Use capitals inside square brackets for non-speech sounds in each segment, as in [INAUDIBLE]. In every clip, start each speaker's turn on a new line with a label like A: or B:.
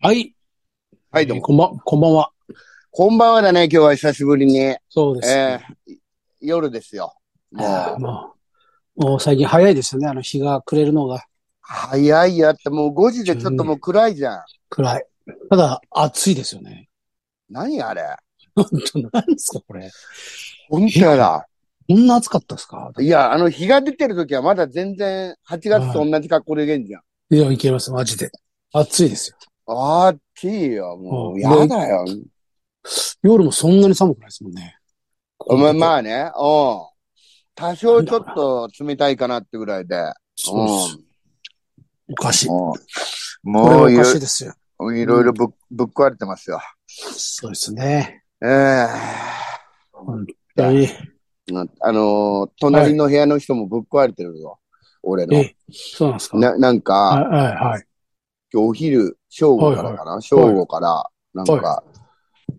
A: はい。
B: はい、どう
A: え
B: も。
A: ーこんばん、こんばんは。
B: こんばんはだね、今日は久しぶりに。え
A: そうです。
B: ー、夜ですよ。も
A: あー
B: う、
A: もう、もう最近早いですよね。あの日が暮れるのが
B: 早いやって、もう5時でちょっともう暗いじゃん。
A: 暗い。ただ、暑いですよね。
B: 何あれ
A: 本当何ですか、これ。
B: 本当やだ。
A: こんな暑かったですか
B: いや、あの、日が出てる時はまだ全然8月と同じ格好でいけんじゃん。
A: いや、いけます、マジで。暑いですよ。
B: あーちいよ、も
A: う
B: う。
A: ん
B: やだよ。
A: 夜もそんなに寒くないですもんね。
B: お前、ま
A: あ、
B: あね、うん。多少ちょっと冷たいかなってぐらいで。
A: そうです。おかしい。
B: もう、
A: これ
B: も
A: はお
B: うい
A: か
B: ろ
A: しいですよ。
B: いろいろぶっぶっ壊れてますよ。
A: そうですね。
B: ええ
A: 本当に
B: なあのー隣の部屋の人もぶっ壊れてるぞ。俺の。
A: え、そうなんですか。
B: な、なんか、
A: はい、はい、はい。
B: 今日お昼、正午からかな、正午から、なんか、
A: は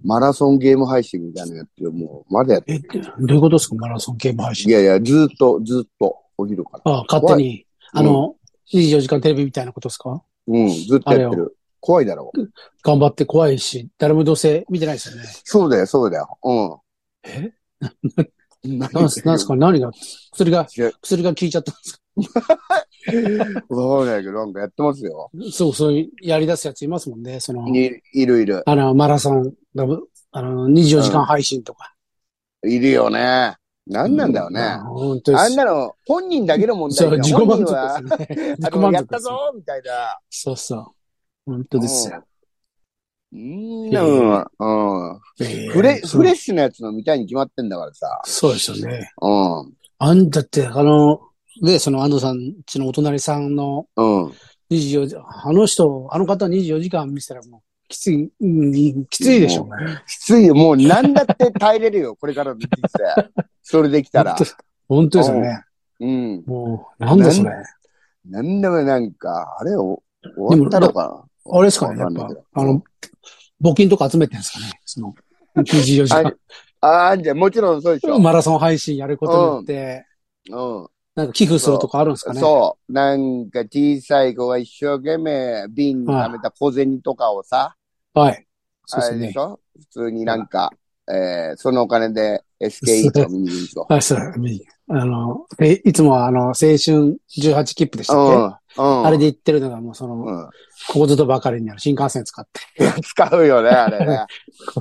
B: マラソンゲーム配信みたいなのやってる。もう、まだやって
A: え、どういうことですか、マラソンゲーム配
B: い
A: 信。
B: やいや、ずーっと、ずーっと、お昼から。
A: ああ、勝手に、あの、24時間テレビみたいなことですか
B: うん、ずっとやってる。怖いだろう。
A: 頑張って怖いし、誰もどうせ見てないです
B: [LAUGHS]
A: よね。
B: そうだよ、そうだよ。うん。
A: え
B: 何
A: なんす、なんすか何が薬が
B: 違う、
A: 薬が効いちゃったんですか
B: わかんないけど、なんかやってますよ。
A: そう、そういう、やり出すやついますもんね。その、
B: いいるいる。
A: あの、マラソン、ラブあの、24時間配信とか。
B: いるよね。何なんだよね。
A: う本当で
B: あ
A: す
B: ん。なの、本人だけの問題
A: そ
B: だ
A: う、
B: よ。
A: 自己
B: 本
A: 満
B: 人は
A: 足ですね。
B: [LAUGHS]
A: 自
B: あ
A: 己
B: の、
A: 満
B: やっ
A: 足
B: た
A: です。
B: ぞみたいな。
A: そうそう。本当ですよ。
B: うん。うん。うん。フレ、
A: そう
B: フレッシュなやつの見たいに決まってんだからさ。
A: そうですよね。
B: うん。
A: あんだって、あの、ね、その安藤さんちのお隣さんの
B: うん。
A: 24時、あの人、あの方24時間見せたらもう、きつい、うんきついでしょうね。
B: きついよ。もう何だって耐えれるよ。 [LAUGHS] これからの人生。それできたら。
A: 本当ですよね。
B: うん。
A: もう、なんだそれ。あ
B: なんでもなんか、あれを、終わったのかな
A: れですかね、や
B: わ
A: っ
B: んな
A: ぱ
B: いけど、
A: あの、募金とか集めてるんですかね、
B: [LAUGHS]
A: その、24時間。
B: ああ、じゃあもちろんそうでしょ。
A: マラソン配信やることによって、
B: うん。
A: なんか寄付するとかあるんですかね。
B: そう。なんか小さい子が一生懸命瓶に溜めた小銭とかをさ、
A: はい。そう
B: あ
A: です
B: れで
A: ね
B: し。ょ普通になんか、えー、そのお金で SKE を見に行くでしょ。
A: はい、そう。あの、え、いつもはあの、青春18切符でしたっけ
B: うん。うん。
A: [LAUGHS] あれで行ってるのがもうその、
B: うん。
A: ここずっとばかりになる新幹線使って、
B: 使うよね、あれ
A: [LAUGHS]
B: ね。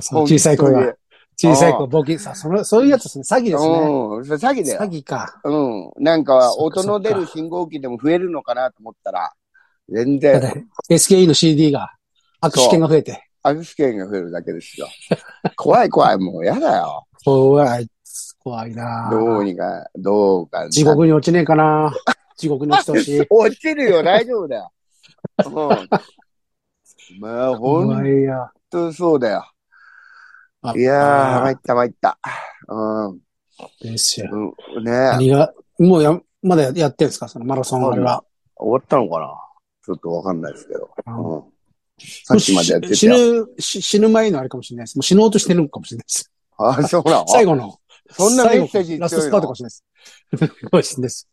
A: その小さい子
B: 本
A: が、小さい子募金さ、その、そういうやつですね。詐欺で
B: 当
A: す
B: に
A: ね。
B: うん。それ詐欺だ
A: 詐
B: よ。
A: 欺か。
B: うん。なんか、
A: そっか
B: 音の出る信号機でも増えるのかなと思ったら、全
A: だっ
B: 然、
A: て SKE の CD が、握手券が増えて。
B: 握手券が増えるだけですよ。 [LAUGHS] 怖い怖い、もうやだよ。
A: 怖い、怖いな
B: どうにか、どうか。。
A: 地獄に落ちねえかな地獄に落ちてほしい
B: [LAUGHS] 落ちるよ、大丈夫だよ。うん。まあ、ほ
A: 怖
B: ん
A: いや。
B: とそうだよ。
A: あ
B: いやー、
A: あ
B: 参った参った。うん。
A: ですよ。
B: うん、ねえ
A: 何が、もうや、まだやってんすかそのマラソンあれは。
B: 終わったのかなちょっとわかんないですけど。
A: も
B: うん。さっきまでやって
A: う
B: た
A: 死
B: よ。
A: ぬ、し死ぬ前のあれかもしれないです。もう死のうとしてるのかもしれないです。
B: あ、そうなの
A: 最後の。
B: そんなメッセージ
A: 最後のラストスパートかもしれないです。 [LAUGHS] かもしれないです。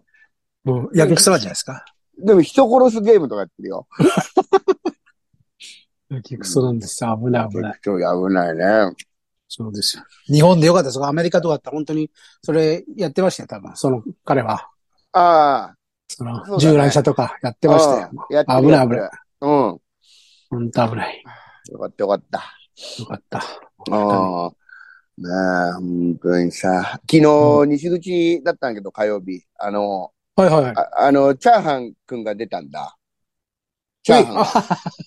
A: もう、やけくそばじゃないですか。
B: でも人殺すゲームとかやってるよ。
A: やけくそなんですよ。危ない危ない。
B: ちょっと危ないね。
A: そうですよ。日本でよかったです。アメリカとかだったら本当に、それやってましたよ、多分。その、彼は。
B: ああ。
A: そ
B: そうだ
A: の、
B: ね
A: 銃乱射とかやってましたよ。
B: うんやってる
A: 危ない危
B: や
A: な
B: っ
A: い。
B: てるうん。よ
A: 本当危ない。
B: かったよかった。
A: よかった。
B: うん。ねえ、本当にさ、昨日、西口だったんだけど、火曜日。あの、
A: はいはいはい。
B: ああの、チャーハンくんが出たんだ。チ
A: え
B: ャーハ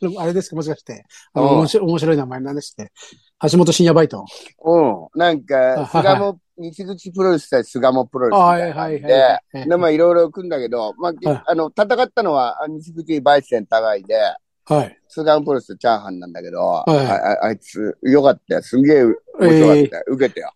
B: ン。
A: ああれですか、もしかして。あの、
B: うん
A: 面白い面白い名前なんでして。橋本深夜バイト。
B: うん。なんか、
A: あはいはい
B: 菅も、西口プロレス対菅もプロレスみ
A: は
B: た
A: い
B: いな
A: は
B: 感じ
A: い
B: で。
A: はい。え
B: で、まあ、いろいろ組んだけど、まあ、
A: はい
B: あの、戦ったのは、あ西口バイセン互いで、
A: はい。
B: スガンプロレスとチャーハンなんだけど、
A: い
B: あああいつ、よかったよ。すげえ、面白かっ
A: ええ
B: たよ。受けてよ。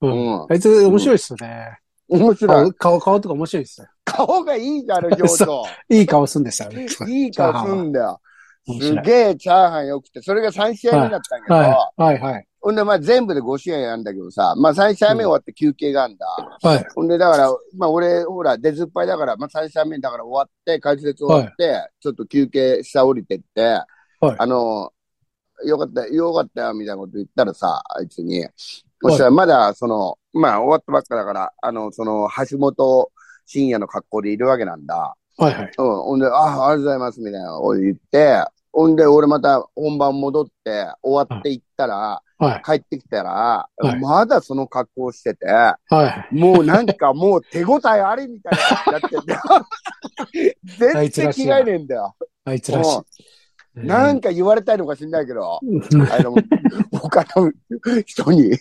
A: う
B: うんん。
A: あいつ面白いっすよね。
B: 面白い。
A: 顔、顔顔とか面白いっすよ。
B: 顔がいいじゃん、あの表情。
A: いい顔すんですよ。あれ
B: いい顔すんだよ。
A: 面
B: す
A: 白い。
B: げえチャーハンよくて、それが3試合目だったんだけど、
A: はい。はいはい。
B: ほんで、まあ、全部で5試合なんだけどさ、まあ、3試合目終わって休憩があんだ。
A: はい。
B: ほんで、だから、まあ俺、ほら、出ずっぱいだから、まあ最初は面だから終わって、解説終わって、ちょっと休憩下降りてって、
A: はい
B: あの、よかった、よかったよ、みたいなこと言ったらさ、あいつに。そしたら、まだ、その、まあ、終わったばっかだから、あの、その、橋本深夜の格好でいるわけなんだ。
A: はいはい。
B: うん。ほんで、あ、ありがとうございます、みたいなこと言って、ほんで、俺また本番戻って、終わっていったら、
A: はい。
B: 帰ってきたら、
A: はい
B: まだその格好してて、
A: はい。
B: もうなん
A: [LAUGHS]
B: かもう手応えありみたいな感じにな
A: [LAUGHS]
B: ってんだ
A: あ
B: よ。
A: いつ
B: 全然
A: らし
B: 着
A: い
B: 替
A: な
B: えねえんだよ。
A: あいつらしい。
B: うんなんか言われたいのか知んないけど、
A: うん
B: あ
A: [LAUGHS]
B: の、他の人に、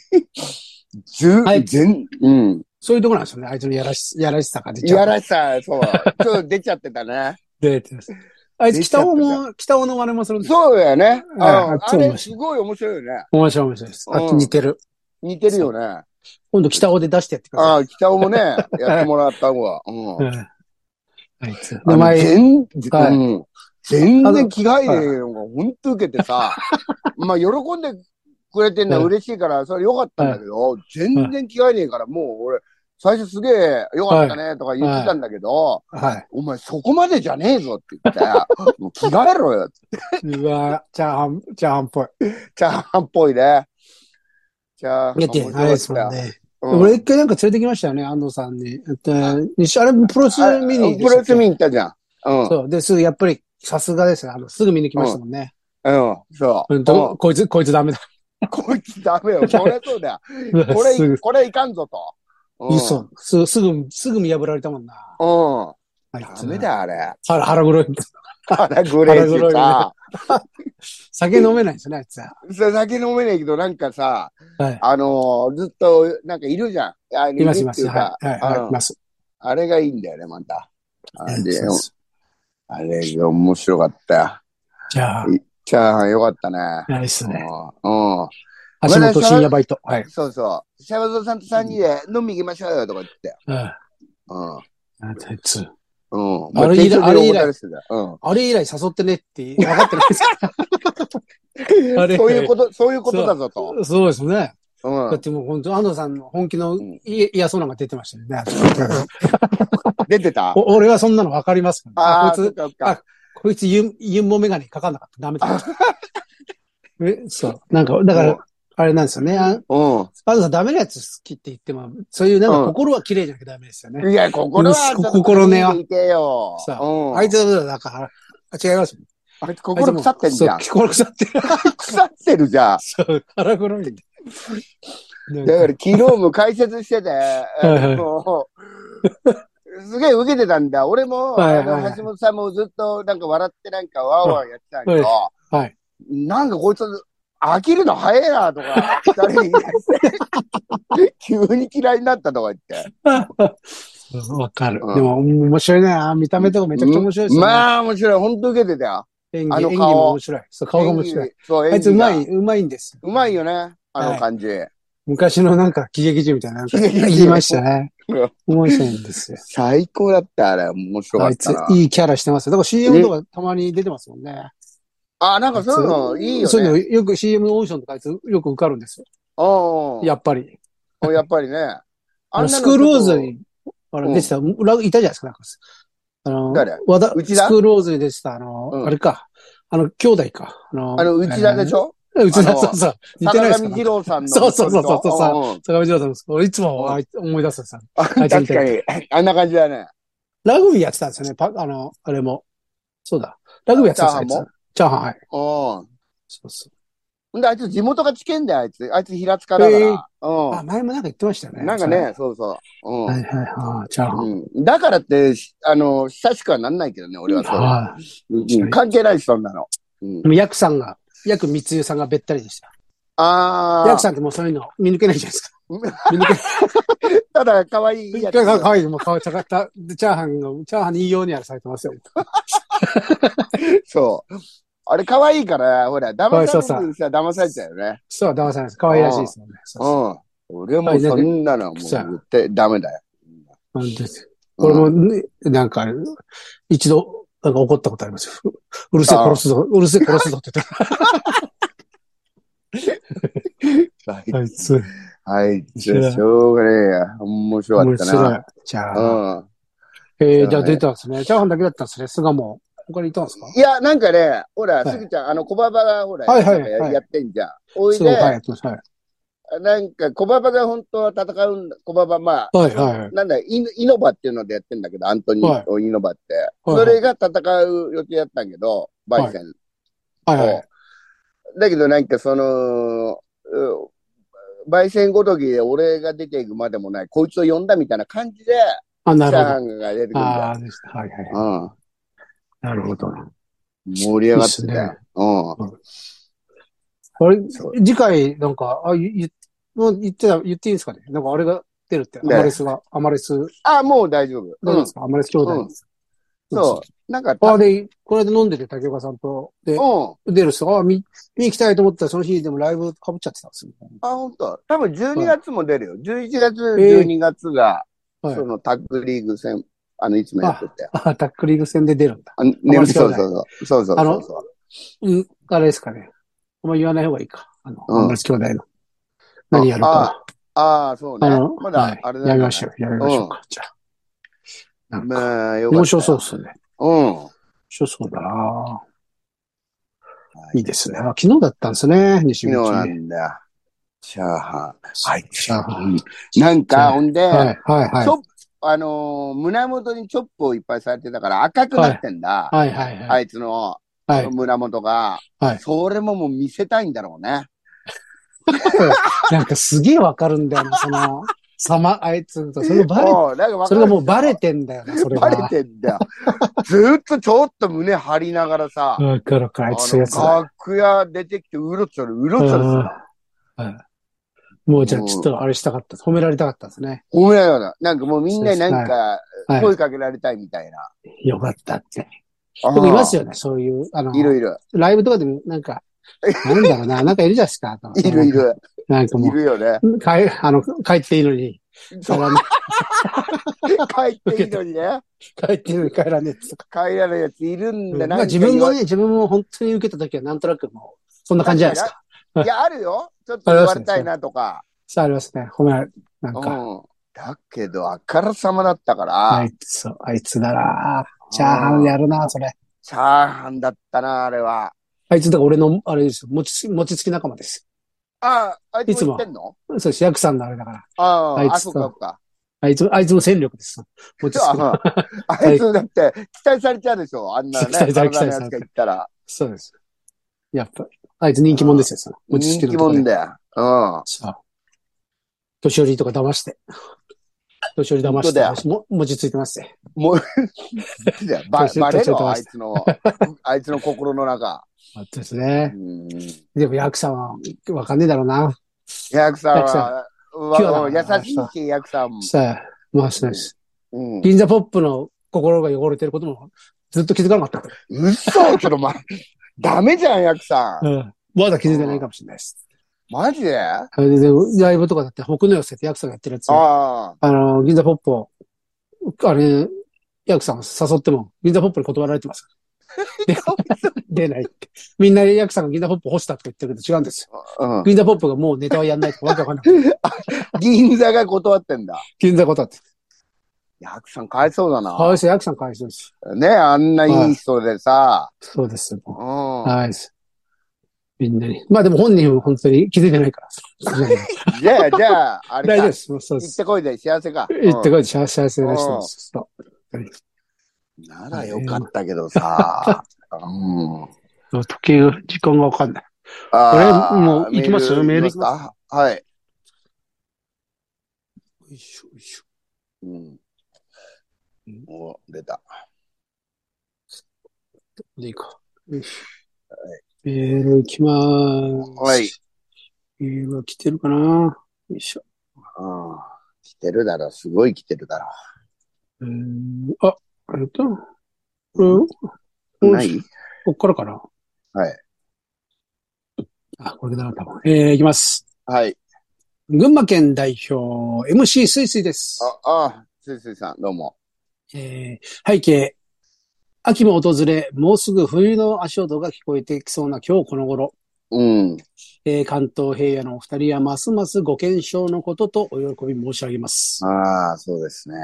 B: ず、
A: はい
B: 全、うん。
A: [LAUGHS] そういうところなんですよね。あいつのやらし、やらしさが出
B: い
A: ちゃ
B: や
A: う。
B: らしさ、そう。ちょっと出ちゃってたね。
A: 出てます。あいつ、
B: 出ちゃって
A: 北
B: た
A: 尾も、北尾の真似もするんですよ。
B: そうだよね。
A: はい
B: あ
A: あ
B: あ
A: そう
B: れ、すごい面白いよね。
A: 面白い面白いです。あ
B: うん
A: 似てる。
B: 似てるよね。
A: 今度北尾で出してやってください。
B: ああ、北尾
A: [LAUGHS]
B: もね、やってもらった方が。うん。
A: うんあいつ。
B: あ
A: 名
B: の
A: 前、
B: 全
A: はい
B: うん全
A: あの
B: 然着替えねえのが本当受けてさ、まあ喜んでくれてんのは嬉しいから、それ良かったんだけど、全然着替えねえから、もう俺、最初すげえ良かったねとか言ってたんだけど、
A: はい。
B: お前そこまでじゃねえぞって
A: [LAUGHS]
B: 言って、もう着替えろよ。
A: うわチャーハン、チャーハンっぽい。
B: チャーハンっぽいね。チャーハン
A: だって、
B: 面白かった。
A: あれですもんね。
B: うん
A: 俺一回なんか連れてきましたよね、安藤さんに。で、西あれ、プロレス見に行
B: プロレス見に行ったじゃん。うん。
A: そう。で、すぐ、やっぱり、さすがですね。あの、すぐ見に来ましたもんね。
B: うん。そう。
A: うんどこいつ、こいつダメだ。
B: うんこいつダ
A: [LAUGHS]
B: メよ。そりゃそうだよ。 [LAUGHS] こ
A: すぐ
B: れ、これいかんぞと。うん。
A: 嘘。すすぐ、すぐ見破られたもんな。
B: うん。
A: あい
B: ダ
A: つ
B: メ。だ、あれ。
A: 腹、腹黒い。
B: 腹グレーしさ。
A: 酒飲めないんですよね、あいつは。
B: それ酒飲めないけど、なんかさ、
A: はい。
B: あのーずっと、なんかいるじゃん。あ
A: います、います。
B: るってうか
A: はい。はい。
B: あ
A: はい
B: の
A: います。
B: あれがいいんだよね、また。あ
A: うん
B: れ
A: そうで、す
B: あれが面白かったよ。
A: じゃあ、
B: チャーハンよかったね。
A: ないですね。
B: うん。うん
A: 橋本深夜バイト。はい。
B: そうそう。シャバゾウさんと3人で飲み行きましょうよとか言って。
A: うん。
B: うん。
A: あいつ。
B: うん。
A: あれ以来
B: ま定食でおごたれしてたよ
A: あれ以来誘ってねって、分かってないです
B: [LAUGHS] うん。
A: あれ以来
B: そういうこと、そういうことだぞと。
A: かそうですね。
B: うん
A: だっ。てもう本当、安藤さんの本気の
B: ん
A: い嫌そうなのが出てましたよ
B: [LAUGHS]
A: ね。
B: 出てた
A: お俺はそんなの分かりますから
B: ああ、
A: こ
B: そ
A: い
B: っ
A: つ、
B: かそっか。
A: こいつユンユンボメガネかかんなかった。ダ
B: [LAUGHS]
A: メだ。えそう。なんか、だから、あれなんですよね。あ
B: う
A: 安藤さんダメなやつ好きって言っても、そういうなんか心は綺麗じゃなきゃダメですよね。
B: ん。いや、心は
A: うん、心根は
B: 見てよ。
A: さ
B: うん
A: あいつはだから、あ違います。
B: あいつ心腐ってんじゃん
A: あ。いつもそう心腐ってる。 [LAUGHS]
B: 腐ってるじゃん。
A: そう、腹黒いんで。な
B: [LAUGHS]
A: ん
B: だから昨日も解説してて、
A: はい
B: あのすげえ受けてたんだ。俺も、
A: はい
B: あ
A: はいはい
B: の、橋本さんもずっとなんか笑ってなんかワーワーやってたんだけど、
A: いはい
B: なんかこいつ、飽きるの早いなとか、誰に言い出して、急に嫌いになったとか言って。
A: そうわかる。
B: うん
A: でも、面白いな。見た目とかめちゃくちゃ面白いですよね。
B: まあ面白い。本当受けてたよ。
A: 演
B: あ
A: 技、
B: の
A: 演
B: 顔
A: 技も面白い。そう、顔が面白
B: 演
A: い。
B: 技。そう、
A: あいつうまい、
B: 演技が。
A: うまいんです。
B: うまいよね。あの感じ。
A: 昔のなんか、喜劇中みたいな、なんか、
B: 喜劇中
A: 言いましたね
B: うん。
A: 面白いんですよ。
B: 最高だった、あれ。面白か
A: あ
B: っ
A: い
B: た
A: つ
B: な、。
A: いいキャラしてますよ。だから CM とかたまに出てますもんね。
B: あ、なんかそういうのいいよ
A: そういう
B: ね。
A: の、よく CM オーディションとかあいつよく受かるんですよ。
B: おう
A: やっぱり。
B: おうやっぱりね。
A: あ
B: ん
A: の、
B: なの
A: スクールオーズに、あ
B: う
A: れ、
B: ん
A: 出てた、裏いたじゃないですか、なんか。あの、
B: 誰
A: 和田、
B: 内田
A: スクールオーズに出てた、あの、
B: うん
A: あれか。あの、兄弟か。あの、
B: あの、内田でし
A: ょ
B: ょ
A: 内
B: あ
A: 田、
B: の
A: [LAUGHS] そうそう。似てない
B: 坂
A: ですか
B: 上二郎さんの。
A: そうそうそうそうそう
B: うんうん
A: 坂上二郎さんです。俺いつ
B: うん
A: もあい思い出すんですよ。
B: あ
A: あいつみ
B: 確
A: た
B: かに。 [LAUGHS] あんな感じだね。
A: ラグビーやってたんですよね。パ、あの、あれも。そうだ。ラグビーやってたんですよ。あいつチャーハンはい。
B: うん。
A: そうそ
B: ほんで、あいつ地元が知見だよ、あいつ。あいつ平塚だか
A: へえ
B: ら。
A: う。あ、前もなんか言ってましたよ
B: う
A: ね。
B: ん。なんかね、そうそう。
A: チャーハン。はいはいはい。チャーハ
B: う
A: ン。
B: ん。うん。だからって、しあの、親しくはなんないけどね、俺はそう。
A: はい。
B: うん関係ないし、そんなの。うん
A: で。も、ヤクさんが、ヤク光代さんがべったりでした。
B: あ
A: ヤ
B: あ
A: ク。さんってもうそういうの見抜けないじゃないですか。見抜けない。
B: ただ、可愛い
A: 一
B: や
A: 回
B: つ。
A: かわいい、もう顔ちゃかった。で、チャーハンが、チャーハンにいいようにあれされてますよ。
B: そう。あれ可愛いから、ほら、騙
A: そう
B: さ
A: そ
B: れ
A: う
B: る人は騙されちゃうよね。
A: そう、騙されないです。可愛らしいですもんね。そうそう
B: うん。俺もそんなのはもう絶対ダメだよ。
A: 本当です。俺もね、なんかあれ、一度、なんか怒ったことありますよ。 [LAUGHS] ううるせえ殺すぞ、うるせえ殺すぞって言っ
B: はい [LAUGHS]
A: た。あいつ、
B: はい。じゃあ、しょうがねえや。面白か
A: 面
B: った
A: 白
B: な。
A: い。じゃあ、
B: うん。白
A: えー、
B: い
A: じゃあ出たんですね。チャーハンだけだったんですね。巣鴨。他にいたんですか
B: いや、なんかね、ほら、
A: はい
B: すぐちゃん、あの、小馬場がほら、
A: はいはいはい
B: なんかややってんじゃん。おい
A: すごい、はい、
B: で、
A: やってます。はい。
B: なんか、小馬場が本当は戦うんだ、小馬場、まあ、
A: はい、はいはい。
B: なんだ、イノイノバっていうのでやってんだけど、アントニーとイノバって。
A: はい
B: それが戦う予定だったんけど、バイセン
A: はい、
B: と。
A: はい。
B: だけどなんかその、うん焙煎ごときで俺が出ていくまでもない、こいつを呼んだみたいな感じで、
A: あ、
B: チャー
A: なるほ
B: ハンが出てくるん
A: ど。あ
B: だ。
A: あ、ですはい、はい。
B: うん。
A: なるほど。
B: 盛り上がって
A: いい
B: た
A: っす
B: よ
A: ね。
B: うん。
A: あれ、
B: そう
A: 次回、なんか、あ、ゆゆもう言ってた、言っていいんですかねなんかあれが出るって、ア
B: ね
A: マレスが、アマレス、どう
B: あ、もう大丈夫。
A: なん
B: う
A: で
B: ん。
A: すかアマレス兄弟。
B: そ。う。なんか、
A: あ、で、これで飲んでて、竹岡さんと。で
B: うん。、あ、
A: 出る人が、あ、見、見に行きたいと思ってたら、その日でもライブ被っちゃってたんですよ。
B: ほんと。多分12月も出るよ。11月、
A: えー
B: 12月が、
A: はい
B: そのタッグリーグ戦、あの、いつもやってて。
A: あ、タックリーグ戦で出るんだ。
B: あね、
A: あ
B: そうそうそう。そうそうそ
A: あの
B: うそう。
A: うん、あれですかね。あんま言わない方がいいか。あの、
B: うん
A: アマレス兄弟の。何やるか。
B: ああ、そう
A: あ
B: ね。
A: の、
B: ま
A: は
B: だ
A: い、
B: あれだ
A: や
B: か
A: め
B: ら
A: ましょう。やめましょうか。じゃあ。なんか、
B: まあ、よかった。
A: 面白そうですね。
B: うん。
A: 面白そうだなぁいいですね。あ、昨日だったんですね、西
B: 昨日
A: 口。
B: な
A: は
B: んだ。チャーハン。はい。
A: チャーハ
B: ン。なんか、ほんで、
A: い、はい、はい
B: チョ。ップ、あのー胸元にチョップをいっぱいされてたから赤くなってんだ。
A: はい、はい、は
B: あ
A: い。
B: いつの
A: はい。 [LAUGHS]
B: 胸元が。
A: はい
B: それももう見せたいんだろうね。
A: なんかすげえわかるんだよな、その、さま、あいつ、それバレ、
B: おうなんかわか
A: そ
B: る
A: れがもうバレてんだよな、それが。
B: バレてんだよ。ずーっとちょっと胸張りながらさ、
A: わかるか、あいつそういうやつだ。
B: 楽屋出てきてうろちょろ、うろちょろする。
A: うんはいもうじゃあちょっとあれしたかった、褒められたかったですね。
B: おめえよな。なんかもうみんなになんか
A: は
B: 声かけられたいみたいな。
A: い。よかったって。
B: あ
A: でもいます
B: よ。
A: よね、そういう、あの、
B: いるいる。
A: ライブとかでもなんか、なんだろうな、なんかいるじゃないですか。あの
B: いるい。る。
A: なんかも、
B: いうるよね。
A: かえ、あの、帰っていいのに、帰らね
B: [LAUGHS] 帰っていいのにね。
A: え、帰っていいのに帰らねえとか。
B: 帰らないやついるんで、な
A: ま
B: ん
A: あ
B: か
A: 自分も
B: 言
A: ね、自分も本当に受けた時はなんとなくもう、そんな感じじゃないですか。
B: わいや、あるよ。ちょっと言われたいなとか。
A: さあ、ありますね。褒められ、なん
B: う
A: か、
B: ん。だけど、あからさまだったから、
A: あいつ、あいつだなチャーハンやるなそれ。
B: チャーハンだったな、あれは。
A: あいつ、だから俺の、あれですよ、餅つき、餅つき仲間です。
B: ああ、あい
A: い
B: つ
A: つ
B: も
A: も
B: 言ってんの
A: そうです、ヤクさんのあれだから。
B: ああ、
A: あ
B: あ
A: いつと
B: そうか、そうか。
A: あいつ、あいつも戦力です。餅つ [LAUGHS] き。
B: ああいつだって、期待されちゃうでしょあんなね、
A: 期待され
B: 体のやつが言ったら。
A: そうです。やっぱ、あいつ人気者ですよ、その餅
B: 人
A: つきの
B: 気
A: とこで
B: 者だよ。うん。
A: さあ、年寄りとか騙して。年寄り騙
B: 本当だよ
A: して、も餅ついてますね。
B: もう、
A: [LAUGHS]
B: バ
A: 年
B: バレ
A: 年を取
B: ろ、
A: ら
B: あ
A: せ
B: いつの、あいつの心の中。
A: 本当です
B: う
A: ね。
B: ん。
A: でも、ヤクさんは、わかんねえだろうな。
B: ヤクさん
A: ヤク
B: は、
A: ピュアだ
B: わ
A: な
B: 優しいし、ヤクさんも。
A: さあ、まあ、そうです。
B: うん。
A: 銀座ポップの心が汚れてることも、ずっと気づかなかった。
B: 嘘ちょっとま、ダメじゃん、ヤクさん。
A: うん。まだ気づいてないかもしれないです。
B: マジであ
A: それで、でライブとかだって、北の寄せってヤクさんがやってるやつ。あ
B: あ。
A: の、銀座ポップを、あれ、ヤクさん誘っても、銀座ポップに断られて [LAUGHS] ます。で出ないって。みんなヤクさんが銀座ポップ干したとか言ってるけど違うんですよ
B: うん。
A: 銀座ポップがもうネタはやんないとかわけわかんない。
B: 銀座が断ってんだ。
A: 銀座ことあって。
B: ヤクさん返そうだな。
A: かわいそう、ヤクさんかわいそうです。
B: ねあんないい人でさ。
A: そうですよ。も
B: うん
A: う。はい。みんなに。まあでも本人は本当に気づいてないから。 [LAUGHS]
B: じゃあ、じゃあ、あれ
A: 大丈夫
B: か
A: で。す。もうそうで
B: 行っ
A: す。
B: てこいで、幸せか。
A: 行って
B: こ
A: こい、幸せな人です。そ
B: い。ならよかったけどさ。うん。
A: う時計が、時間がわかんない。
B: あー
A: これもう行きますメール
B: 行きますかはい。
A: よいしょよいしょ
B: うん
A: うん。
B: お、出た。
A: でいいか。よいしょメール行きまーす。
B: はい。
A: メールは来てるかなよいしょ。
B: うん。来てるだろ、すごい来てるだろ。
A: えー、あ、あれだ。これ、
B: ない
A: こっからかな
B: はい。
A: あ、これだな、多分。えー、いきます。
B: はい。
A: 群馬県代表、MC すいすいです。
B: あ、あ、すいすいさん、どうも。
A: えー、背景。秋も訪れ、もうすぐ冬の足音が聞こえてきそうな今日この頃、
B: うん。
A: えー関東平野のお二人はますますご健勝のこととお喜び申し上げます。
B: ああ、そうですね。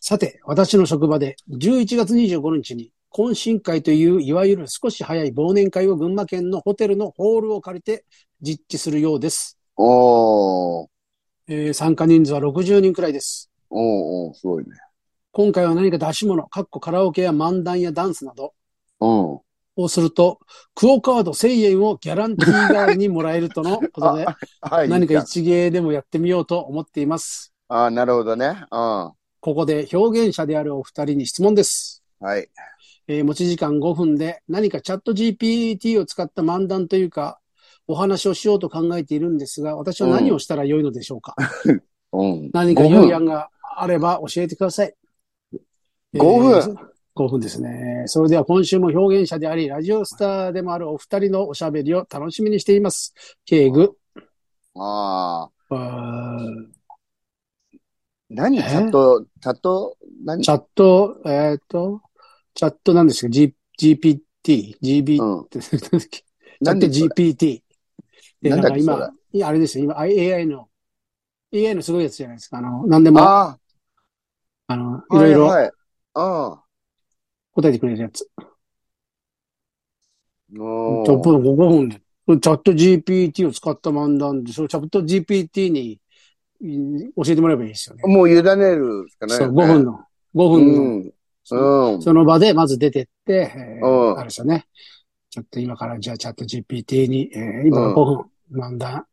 A: さて、私の職場で11月25日に懇親会という、いわゆる少し早い忘年会を群馬県のホテルのホールを借りて実地するようです。
B: おー。
A: えー参加人数は60人くらいです。
B: おーおー、すごいね。
A: 今回は何か出し物、かっこカラオケや漫談やダンスなど
B: うん。
A: をすると、クオカード1000円をギャランティー代わりにもらえるとのこ
B: [LAUGHS]
A: とで、
B: はい。
A: 何
B: い
A: か
B: いじ
A: 一芸でもやってみようと思っています。
B: ゃんあーなるほどね。うん。
A: ここで表現者であるお二人に質問です。
B: はい。
A: えー持ち時間5分で何かチャット GPT を使った漫談というか、お話をしようと考えているんですが、私は何をしたらよいのでしょうか、
B: うん。
A: 何か
B: 5
A: 良い
B: 分。
A: 案があれば教えてください。
B: 5分
A: 5分ですね。それでは今週も表現者であり、ラジオスターでもあるお二人のおしゃべりを楽しみにしています。敬具。
B: ああ。
A: あー
B: 何
A: え
B: チャット、チャット、何
A: チャット、えーっ、と、チャットなんですけど、G、GPT、GB
B: うん。 [LAUGHS]
A: って、チャット
B: なんでそれ
A: GPT。で、
B: な
A: なん
B: だ
A: ん
B: っ
A: か
B: けそれ
A: 今、いやあれですよ、今 AI の、AI のすごいやつじゃないですか。あの、何でも、あ
B: あ
A: の、
B: あ、
A: いろいろ
B: はいはい。あ
A: 答えてくれるやつ。
B: あ。
A: ちょっと5分で。チャット GPT を使った漫談で、そのチャット GPT にうん教えてもらえばいいですよね。
B: もう委ねるしかない
A: そ
B: よ
A: う、5
B: ね。
A: 分の、5分の、その
B: うん。うん。
A: その場でまず出てって、えー
B: うん
A: あれですよね。ちょっと今からじゃあチャット GPT に、えー今から5分漫談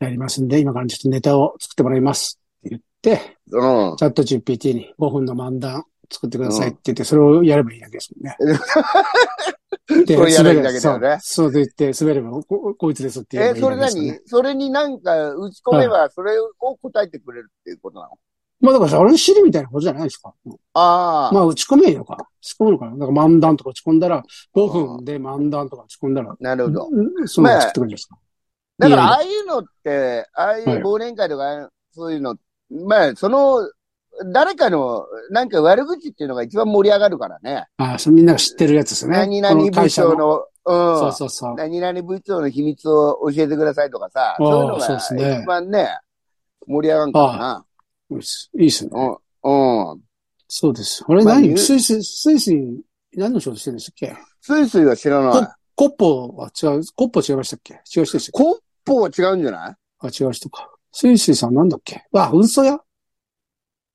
A: やりますんで、今からちょっとネタを作ってもらいますって言って、
B: うん。
A: チャット GPT に5分の漫談作ってくださいって言って、それをやればいいだけですもんね。
B: [LAUGHS]
A: で
B: それやればいい
A: 滑
B: だけだよね
A: そうそうで言って、滑ればこ、こいつですって言
B: え、
A: えばいい
B: それ
A: だけですよね
B: 何それになんか打ち込めば、それを答えてくれるっていうことなの
A: まあだから、あれ知るみたいなことじゃないですか。
B: ああ。
A: まあ打ち込めばいいのか。打ち込むのかな。だから漫談とか打ち込んだら、5分で漫談とか打ち込んだら、
B: なるほど。
A: うんそんなの作ってくれるんですか。
B: だから、
A: いいよ
B: ああいうのって、ああいう
A: はい
B: 忘年会とか、そういうの、まあ、その、誰かの、なんか悪口っていうのが一番盛り上がるからね。
A: ああ、そうみんなが知ってるやつですよ
B: 何
A: ね。こ
B: 々
A: の会
B: 部
A: 社
B: 長。の、うん。
A: そうそうそう。
B: 何々部長の秘密を教えてくださいとかさ、
A: あー
B: そういうの
A: そう
B: が
A: ですね
B: 一番ね、盛り上がるか
A: いいっすいいっすね。
B: らな。うん。うん。
A: そうです。あれ
B: まあ
A: 何、
B: 言う
A: スイス、スイスに何の仕事してるんでしたっけ
B: スイスイは知らない。
A: コッポは違う、コッポ違いましたっけ違う人でしたっ
B: コッポは違うんじゃない
A: けあ、違う人か。スイスイさんなんだっけあ、運送屋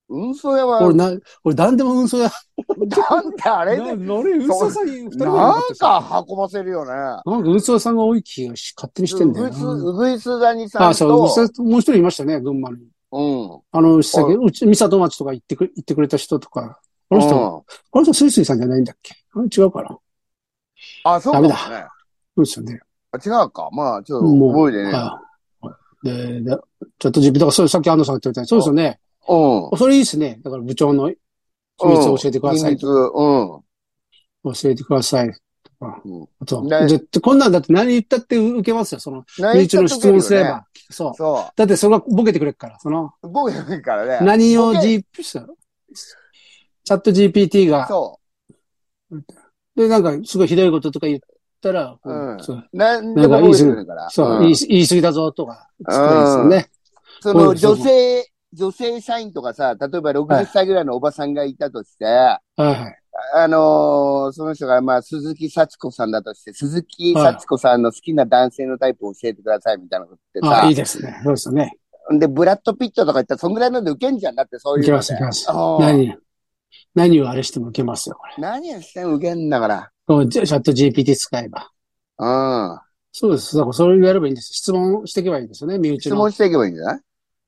B: 運送屋は、
A: 俺な、俺何でも運送屋。
B: なんであ
A: あ
B: れで、
A: 俺運送屋さん二人ぐらいだ
B: な
A: った
B: ん
A: し
B: か運ばせるよね。
A: なんか、うつわさんが多い気がし、勝手にしてんだよ
B: うぐいす
A: な。
B: うぐいす谷さ
A: あ、
B: ん
A: そう、う
B: と
A: つ、わさんもう一人いましたね、群馬に。
B: うん。
A: あの、さっき、うち、三里町とか行ってく、行ってくれた人とか。あの人、あの人、スイスイさんじゃないんだっけあれ違うから。
B: うん、あ、そうかもね。
A: そうですよね。
B: あ違うか。まあ、ちょっと覚えてねえな。
A: はい。で、でちょっと自分、だからそう、さっき安藤さんが言ってたようにそうですよね。
B: うん。
A: それいいですね。だから部長の秘密を教えてくださ
B: 秘
A: い
B: 密、。うん。
A: 教えてください。とか
B: うん
A: あと
B: ね、
A: 絶対こんなんだって何言ったって受けますよ。その、身内の質問すれば。そう。
B: そ
A: だってそれはボケてくれるから、その、
B: う。僕いいからね。
A: 何を
B: ボケ
A: G、チャット GPT が、
B: そ
A: で、なんか、すごいひどいこととか言ったら、
B: うん
A: そう、
B: う。なんでも覚えてくれるから。
A: そう
B: うん
A: 言い言い過ぎだぞとか、つってですよね。
B: そ
A: そ
B: の
A: うそう
B: 女性、女性社員とかさ、例えば
A: は
B: 60
A: い
B: 歳ぐらいのおばさんがいたとして、
A: はいはい。
B: あのーその人が、まあ、鈴木幸子さんだとして、鈴木
A: はい
B: 幸子さんの好きな男性のタイプを教えてくださいみたいなことって
A: あ
B: さ
A: いい、ですね。そうですよね。
B: で、ブラッド・ピットとか言ったら、そんぐらいので受けんじゃんだって、そうい
A: いうけ
B: の
A: ま
B: で。
A: す、いけます。
B: ああ
A: 何、何をあれしてもいけますよ、これ。
B: 何をしても受けんだから。
A: こうじゃチャット GPT 使えば。
B: うん。
A: そうです。だからそれをやればいいんです。質問していけばいいんですよね、身内
B: 質
A: の。
B: 問していけばいいんじゃない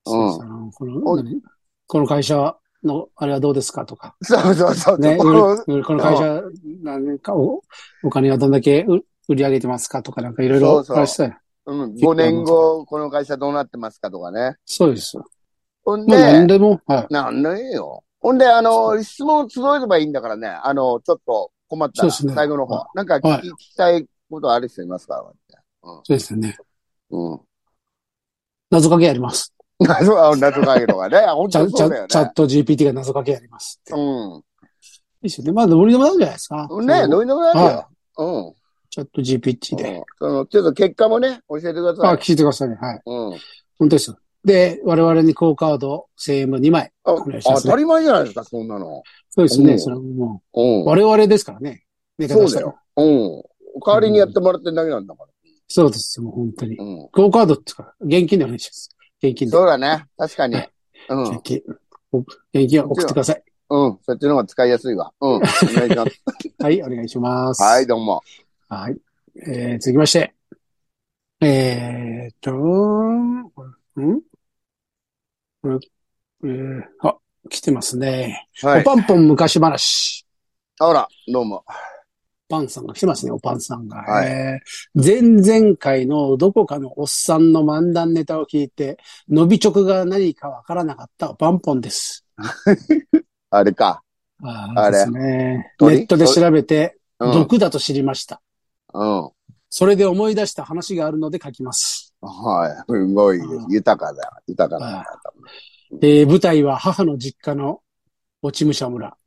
A: そう
B: う
A: そうあのこの
B: お
A: 何この会社の、あれはどうですかとか。
B: そうそうそう。
A: ね、
B: そこ
A: よりこの会社、なんかお、お金はどんだけ売売り上げてますかとか、なんかいろい
B: そ
A: ろ
B: うそう
A: 話したい。
B: うん、5年後、この会社どうなってますかとかね。
A: そうですよ。
B: ほん
A: もう何
B: で、
A: でも、はい。
B: なんでいいよ。ほんで、あの、質問集えればいいんだからね。あの、ちょっと困ったら、
A: そうですね
B: 最後の方
A: は。
B: なんか聞き,、
A: はい
B: たいことある人いますか
A: そうですよね。
B: うん。
A: 謎かけやります。
B: 謎、あ謎かけとか
A: [LAUGHS]
B: ね。あ本
A: チ
B: 当
A: ャ
B: に
A: チ
B: そ
A: ャ
B: うだよ
A: チャ
B: ね
A: ッ。ト GPT が謎かけやります。い
B: うん
A: いですよね。まあ、どうにでもなるんじゃないですか。。
B: ねどうにでもなるよ。
A: は
B: うん。
A: チャット GPT で。
B: うんその、ちょっと結果もね、教えてくだ
A: あ、
B: さい。
A: 聞いてくださいね。はい。
B: うん。
A: 本当ですよ。で、我々にクオカード1000円分2枚。
B: あ
A: お願いします
B: 当たり前じゃないですか、そんなの。
A: そうですよ
B: う
A: ね。
B: ん
A: それはも
B: うん
A: う、。我々ですからね。寝方
B: そう
A: した
B: だ
A: ら
B: よ。うん。代わりにやってもらってるだけなんだか
A: そうですよ、もう本当に。
B: ら。うん。
A: ゴーカードっていうか、現金でお願いします。現金で。
B: そうだね。確かに。
A: [LAUGHS]
B: うん。
A: 現金。お現金は送ってください。
B: うん。そっちの方が使いやすいわ。うん。お願いし
A: [LAUGHS]
B: ます。
A: はい、お願いします。
B: はい、。どうも。
A: はい。えー、続きまして。えーっと、んこれ、えー、あ、来てますね。
B: は
A: お
B: い。
A: パンポン昔話。
B: あら、どうも。
A: パンさんが来てますね、おパンさんが。
B: はい
A: えー前々回のどこかのおっさんの漫談ネタを聞いて、伸び直が何かわからなかったおパンポンです。
B: あれか。
A: あ
B: あれ
A: ですね。ネ
B: 鳥
A: ットで調べて、
B: うん。うん。
A: 毒だと知りました。それで思い出した話があるので書きます。
B: はい。すごいです
A: うん
B: 豊かだ。豊か
A: は
B: だ。
A: えー舞台は母の実家の落ち武者村。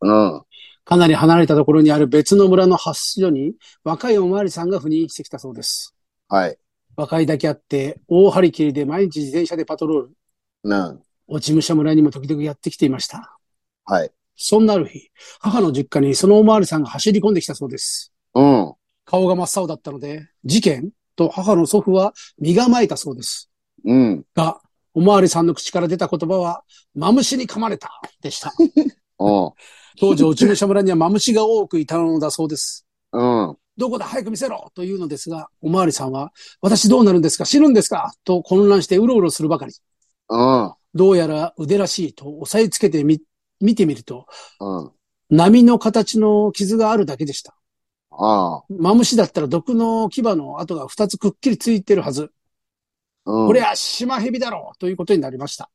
B: うん。
A: かなり離れたところにある別の村の発所に若いおまわりさんが赴任してきたそうです。
B: はい。
A: 若いだけあって、大張り切りで毎日自転車でパトロール。
B: うん。
A: 落ち武者村にも時々やってきていました。
B: はい。
A: そんなある日、母の実家にそのおまわりさんが走り込んできたそうです。
B: うん。
A: 顔が真っ青だったので、事件と母の祖父は身構えたそうです。
B: うん。
A: が、おまわりさんの口から出た言葉は、マムシに噛まれた、でした。
B: うん。
A: 当時、落ち武者村にはマムシが多くいたのだそうです。
B: うん。
A: どこだ早く見せろというのですが、おまわりさんは、私どうなるんですか死ぬんですかと混乱してうろうろするばかり。
B: うん。
A: どうやら腕らしいと押さえつけてみ、見てみると、
B: うん。
A: 波の形の傷があるだけでした。
B: ああ。
A: マムシだったら毒の牙の跡が2つくっきりついてるはず。
B: うん。
A: これはシマヘビだろうということになりました。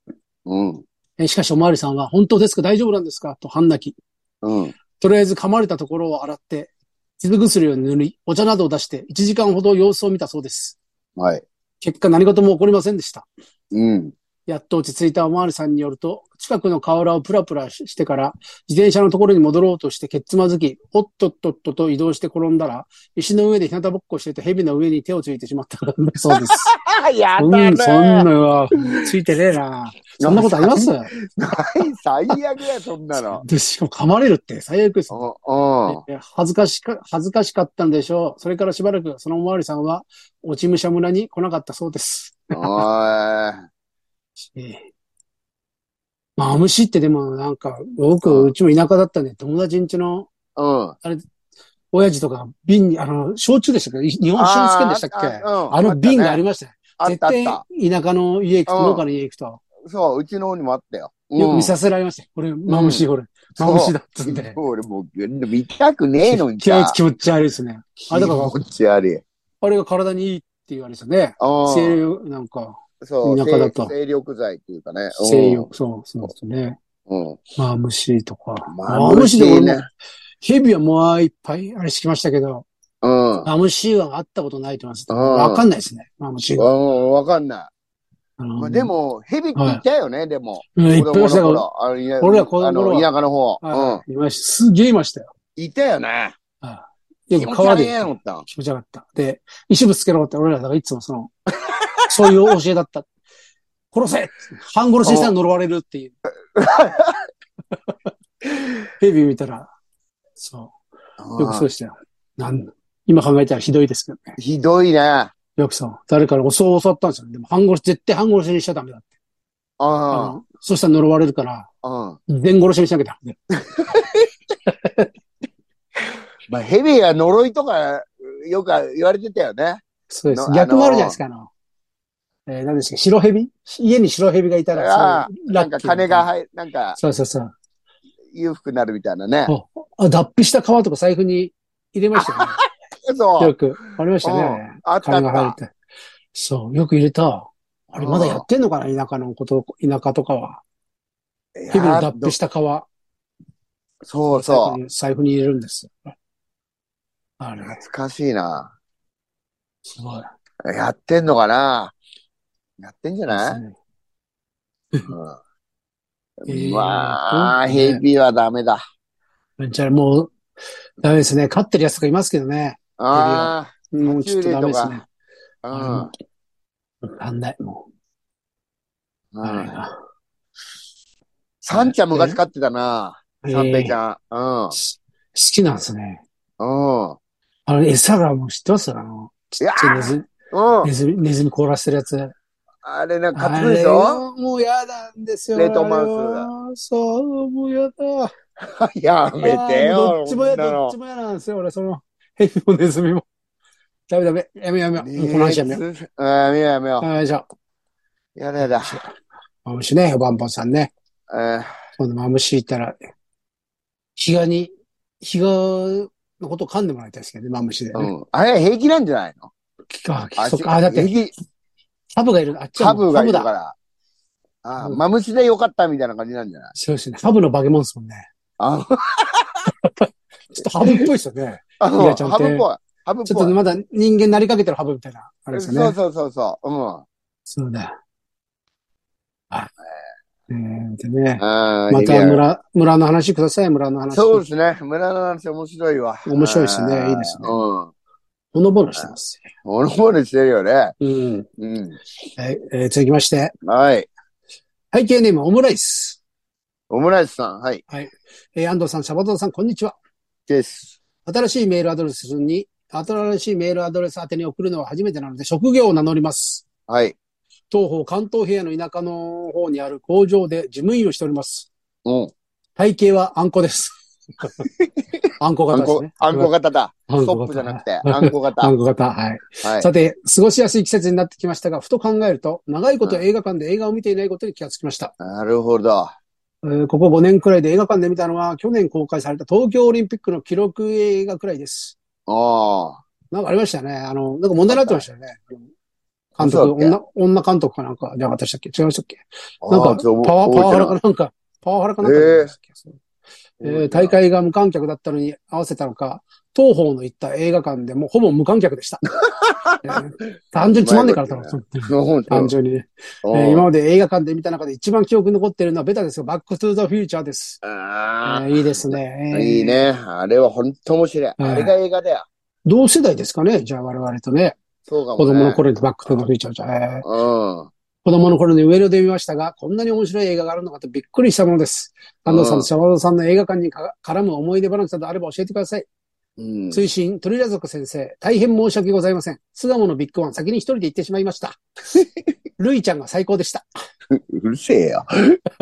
B: うん。
A: えしかしおまわりさんは、本当ですか大丈夫なんですかと半泣き。
B: うん。
A: とりあえず噛まれたところを洗って、傷薬を塗り、お茶などを出して1時間ほど様子を見たそうです。
B: はい。
A: 結果何事も起こりませんでした。
B: うん。
A: やっと落ち着いたおまわりさんによると、近くの河原をプラプラしてから、自転車のところに戻ろうとして、けっつまずき、おっとっとっとと移動して転んだら、石の上で日向ぼっこしていた蛇の上に手をついてし [LAUGHS] まったからだそうです。
B: あ、や
A: うん、そんなは、ついてねえな。そんなことあり [LAUGHS] ます
B: 最悪や、そんなの。
A: で、しかも噛まれるって最悪です。
B: うん。
A: え恥ずかしか、恥ずかしかったんでしょう。それからしばらく、そのおまわりさんは、落ち武者村に来なかったそうです。
B: おい。
A: ええまあ、虫ってでもなんか、僕、うちも田舎だったんで、友達んちの
B: うん。
A: 親父とか、瓶に、あの、焼酎でしたっけ日本酒をつけんでしたっけあ
B: あ
A: の瓶があり
B: ま
A: ましたね。
B: あっ
A: 絶
B: たあっ
A: 対、
B: た。
A: 田舎の家行くと、
B: うん
A: 農家の家行くと、
B: そう、うちの方にもあったよ。
A: よく見
B: た。
A: させられましたよ。これ、マムシ、これ、
B: そう
A: マムシだっつんで。
B: 俺もう、見たくねえのに
A: 気持
B: さ
A: ち、。気持ち悪いですね。あだから
B: 気持ち悪い。うん。
A: あれが体にいいって言われてたね。西洋、なんか、
B: そう、
A: 田舎だと
B: 精力剤っていうかね。うん
A: 西洋、そう、そうですね。
B: うん。
A: マムシとか。
B: マムシ
A: でも
B: ね。
A: 蛇はもういっぱい、あれしてきましたけど、
B: うん。
A: マムシは会ったことないと思います。
B: うん
A: わかんないですね、マムシが。
B: うん、わかんない。
A: あの
B: まあ、で、も、蛇っていたよね、でも。
A: うんいっぱいいました
B: 子供の
A: よ。
B: 頃あのいや
A: 俺ら子供の頃
B: あの、田舎の方。
A: はいいましたすげえいましたよ。
B: うん。いたよね。
A: でも川
B: 気持ち悪
A: で
B: いなと思ったの
A: 気持ち悪かった。で、石ぶつけろって俺らだからいつ
B: [LAUGHS]
A: もその、そういう教えだった。殺せ半殺ししたら呪われるっ
B: [LAUGHS]
A: ていう。ヘビ見たら、そ
B: うん
A: う、よくそうでしたよ。なん今考えたらひどいですけどね。
B: ひどいね。あ
A: よくそう。誰から教わったんですよね。でも半殺し、絶対半殺しにしちゃダメだって。あ
B: あ。
A: のそしたら呪われるから、
B: うん。
A: 全殺しにしなきゃダメ。
B: まあ、ヘビは呪いとか、よく言われてたよね。
A: そうです。
B: の
A: 逆もある
B: あのー
A: じゃないですか、あの。えー、何ですか、白蛇家に白蛇がいたら
B: ああ、
A: そう
B: なんか金が。入る、なんか
A: そうそうそう。
B: 裕福になるみたいなね。
A: あ、脱皮した皮とか財布に入れ
B: [LAUGHS]
A: ましたよね。
B: そ
A: よ
B: う。
A: く。ありました
B: う
A: ね
B: ん。あったあ
A: 金
B: っ。
A: が入ったて。そう、よく入れた。あれ、
B: うん
A: まだやってんのかな田舎のこと、田舎とかは。日々の
B: いや
A: 脱皮した皮、
B: そうそ
A: 財布
B: う。
A: に財布に入れるんですよ。あれ、
B: 懐かしいな。
A: すごい
B: やってんのかなやってんじゃ
A: で
B: な
A: す
B: い、
A: ね。
B: う
A: え
B: ん、
A: ー
B: まあ、
A: どうね
B: ヘビはダメだ。
A: じゃあもう、ダメですね。飼ってるやつとかいますけどね。
B: あ
A: もうちょっとダメですね。
B: あ、
A: うん。なんない、も
B: うん。
A: う。
B: うん。
A: あ
B: サンちゃん昔飼ってたな。
A: れ
B: 三平
A: がえ
B: ち
A: ー好
B: ゃん。うん。
A: きなんですね。
B: うん。
A: あの、餌がもう知ってますあの、ちっちゃいネズミ、
B: うん。
A: ネズミ、ネズミ凍らせてるやつ。
B: あれなんか
A: あ
B: 勝つで
A: れ
B: しょ
A: はもう嫌なんですよ。
B: 冷凍マウス
A: ス。そう、もう嫌だ。
B: やめて
A: あー
B: よ。
A: どっちもや、
B: こんなの
A: どっちもやなんですよ。俺、その、ヘビもネズミも。ダメダメ。やめようやめよう。もうこの話やめよう。
B: ねえやめようやめよ
A: はい、じゃあ、
B: う。やだやだ。
A: マムシね、バンバンさんね。
B: えー
A: そのマムシいたら、ヒガに、ヒガのことを噛んでもらいたいですけどね、マムシで、ね。
B: うん。あれ平気なんじゃないの
A: あ、そっか。あ、だって、
B: 平気
A: ハブがいる。あっちは
B: ハ
A: も
B: ブ
A: う
B: がいる
A: だ。
B: から。ああ、
A: うん
B: マムシでよかったみたいな感じなんじゃない
A: そうですね。ハブの化け物ですもんね。
B: あ
A: ちょっとハブっぽいですよ
B: [LAUGHS]
A: ね。
B: あ
A: いやちゃんと
B: ハブっぽい。ハブっ
A: ちょっ
B: ぽ
A: と
B: い。
A: まだ人間なりかけてるハブみたいな。あれですよね。
B: そうそうそうそう。うん。
A: そうだ。あ、えー、でね、
B: ま
A: また村、村の話ください、村の話。
B: そうですね。村の話面白いわ。
A: 面白いですね
B: うん
A: いいですね
B: うん。
A: ほのぼのしてます。
B: 俺も俺してるよね。
A: うん。
B: う
A: はい、えー続きまして。
B: ん。はい。
A: 背景ネーム、オムライス。
B: オムライスさん、はい。
A: えー安藤さん、シャバトンさん、こんにちは。
B: です。
A: 新しいメールアドレスに、新しいメールアドレス宛てに送るのは初めてなので、職業を名乗ります。
B: はい。
A: 東方関東平野の田舎の方にある工場で事務員をしております。
B: うん。
A: 体型はあんこ
B: [LAUGHS]
A: です。あんこ
B: あ
A: 型
B: ん
A: です
B: こ
A: ね、。
B: あんこ型だ。
A: あ
B: ス
A: ん
B: ト
A: こ
B: ップ
A: 型
B: じゃなくて、あんこ型。
A: あ
B: は
A: んこ型、はい。
B: い。
A: さて、過ごしやすい季節になってきましたが、ふと考えると、長いこと映画館で映画を見ていないことに気がつきました。
B: なるほど。
A: えーここ5年くらいで映画館で見たのは、去年公開された東京オリンピックの記録映画くらいです。
B: あ
A: なんかありましたよね。あの、なんか問題になってましたよね。
B: あっ
A: 監
B: た
A: 督、
B: そうだ
A: 女、女監督かなんかじゃなかったでしたっけ違いましたっけ
B: あ。
A: なん
B: あ
A: か
B: あちょ
A: パワー、パワハラ
B: 覚
A: かなんか、パワハラかなんかじゃないでしたっけそう
B: え
A: え
B: てない
A: ー大会が無観客だったのに合わせたのか、東方の行った映画館でもほぼ無観客でした。
B: [LAUGHS]
A: えー単純につまんねえからだろうと思って。
B: そう
A: 単純にね。
B: うん
A: えー今まで映画館で見た中で一番記憶に残ってるのはベタですが、バックトゥーザフューチャーです。え
B: あ
A: ーいいですね。
B: あ、
A: えー
B: [LAUGHS] いい。ね。あれは本当面白い。
A: うん
B: あれが映画だよ。
A: 同世代ですかねじゃあ我々とね。
B: そうかも
A: 子
B: ね。
A: 供の頃にバックトゥーザフューチャーじゃ、えー
B: うん。
A: 子供の頃に上野で見ましたが、こんなに面白い映画があるのかとびっくりしたものです。安藤さん
B: うん
A: とシャワードさんの映画館にか絡む思い出話などあれば教えてください。
B: うん。
A: 推進、トリラ族先生、大変申し訳ございません。巣鴨のビッグワン、先に一人で行ってしまい
B: [LAUGHS]
A: ました。ルイちゃんが最高でした。
B: うるせえよ。 [LAUGHS] ねえ。映
A: ねえ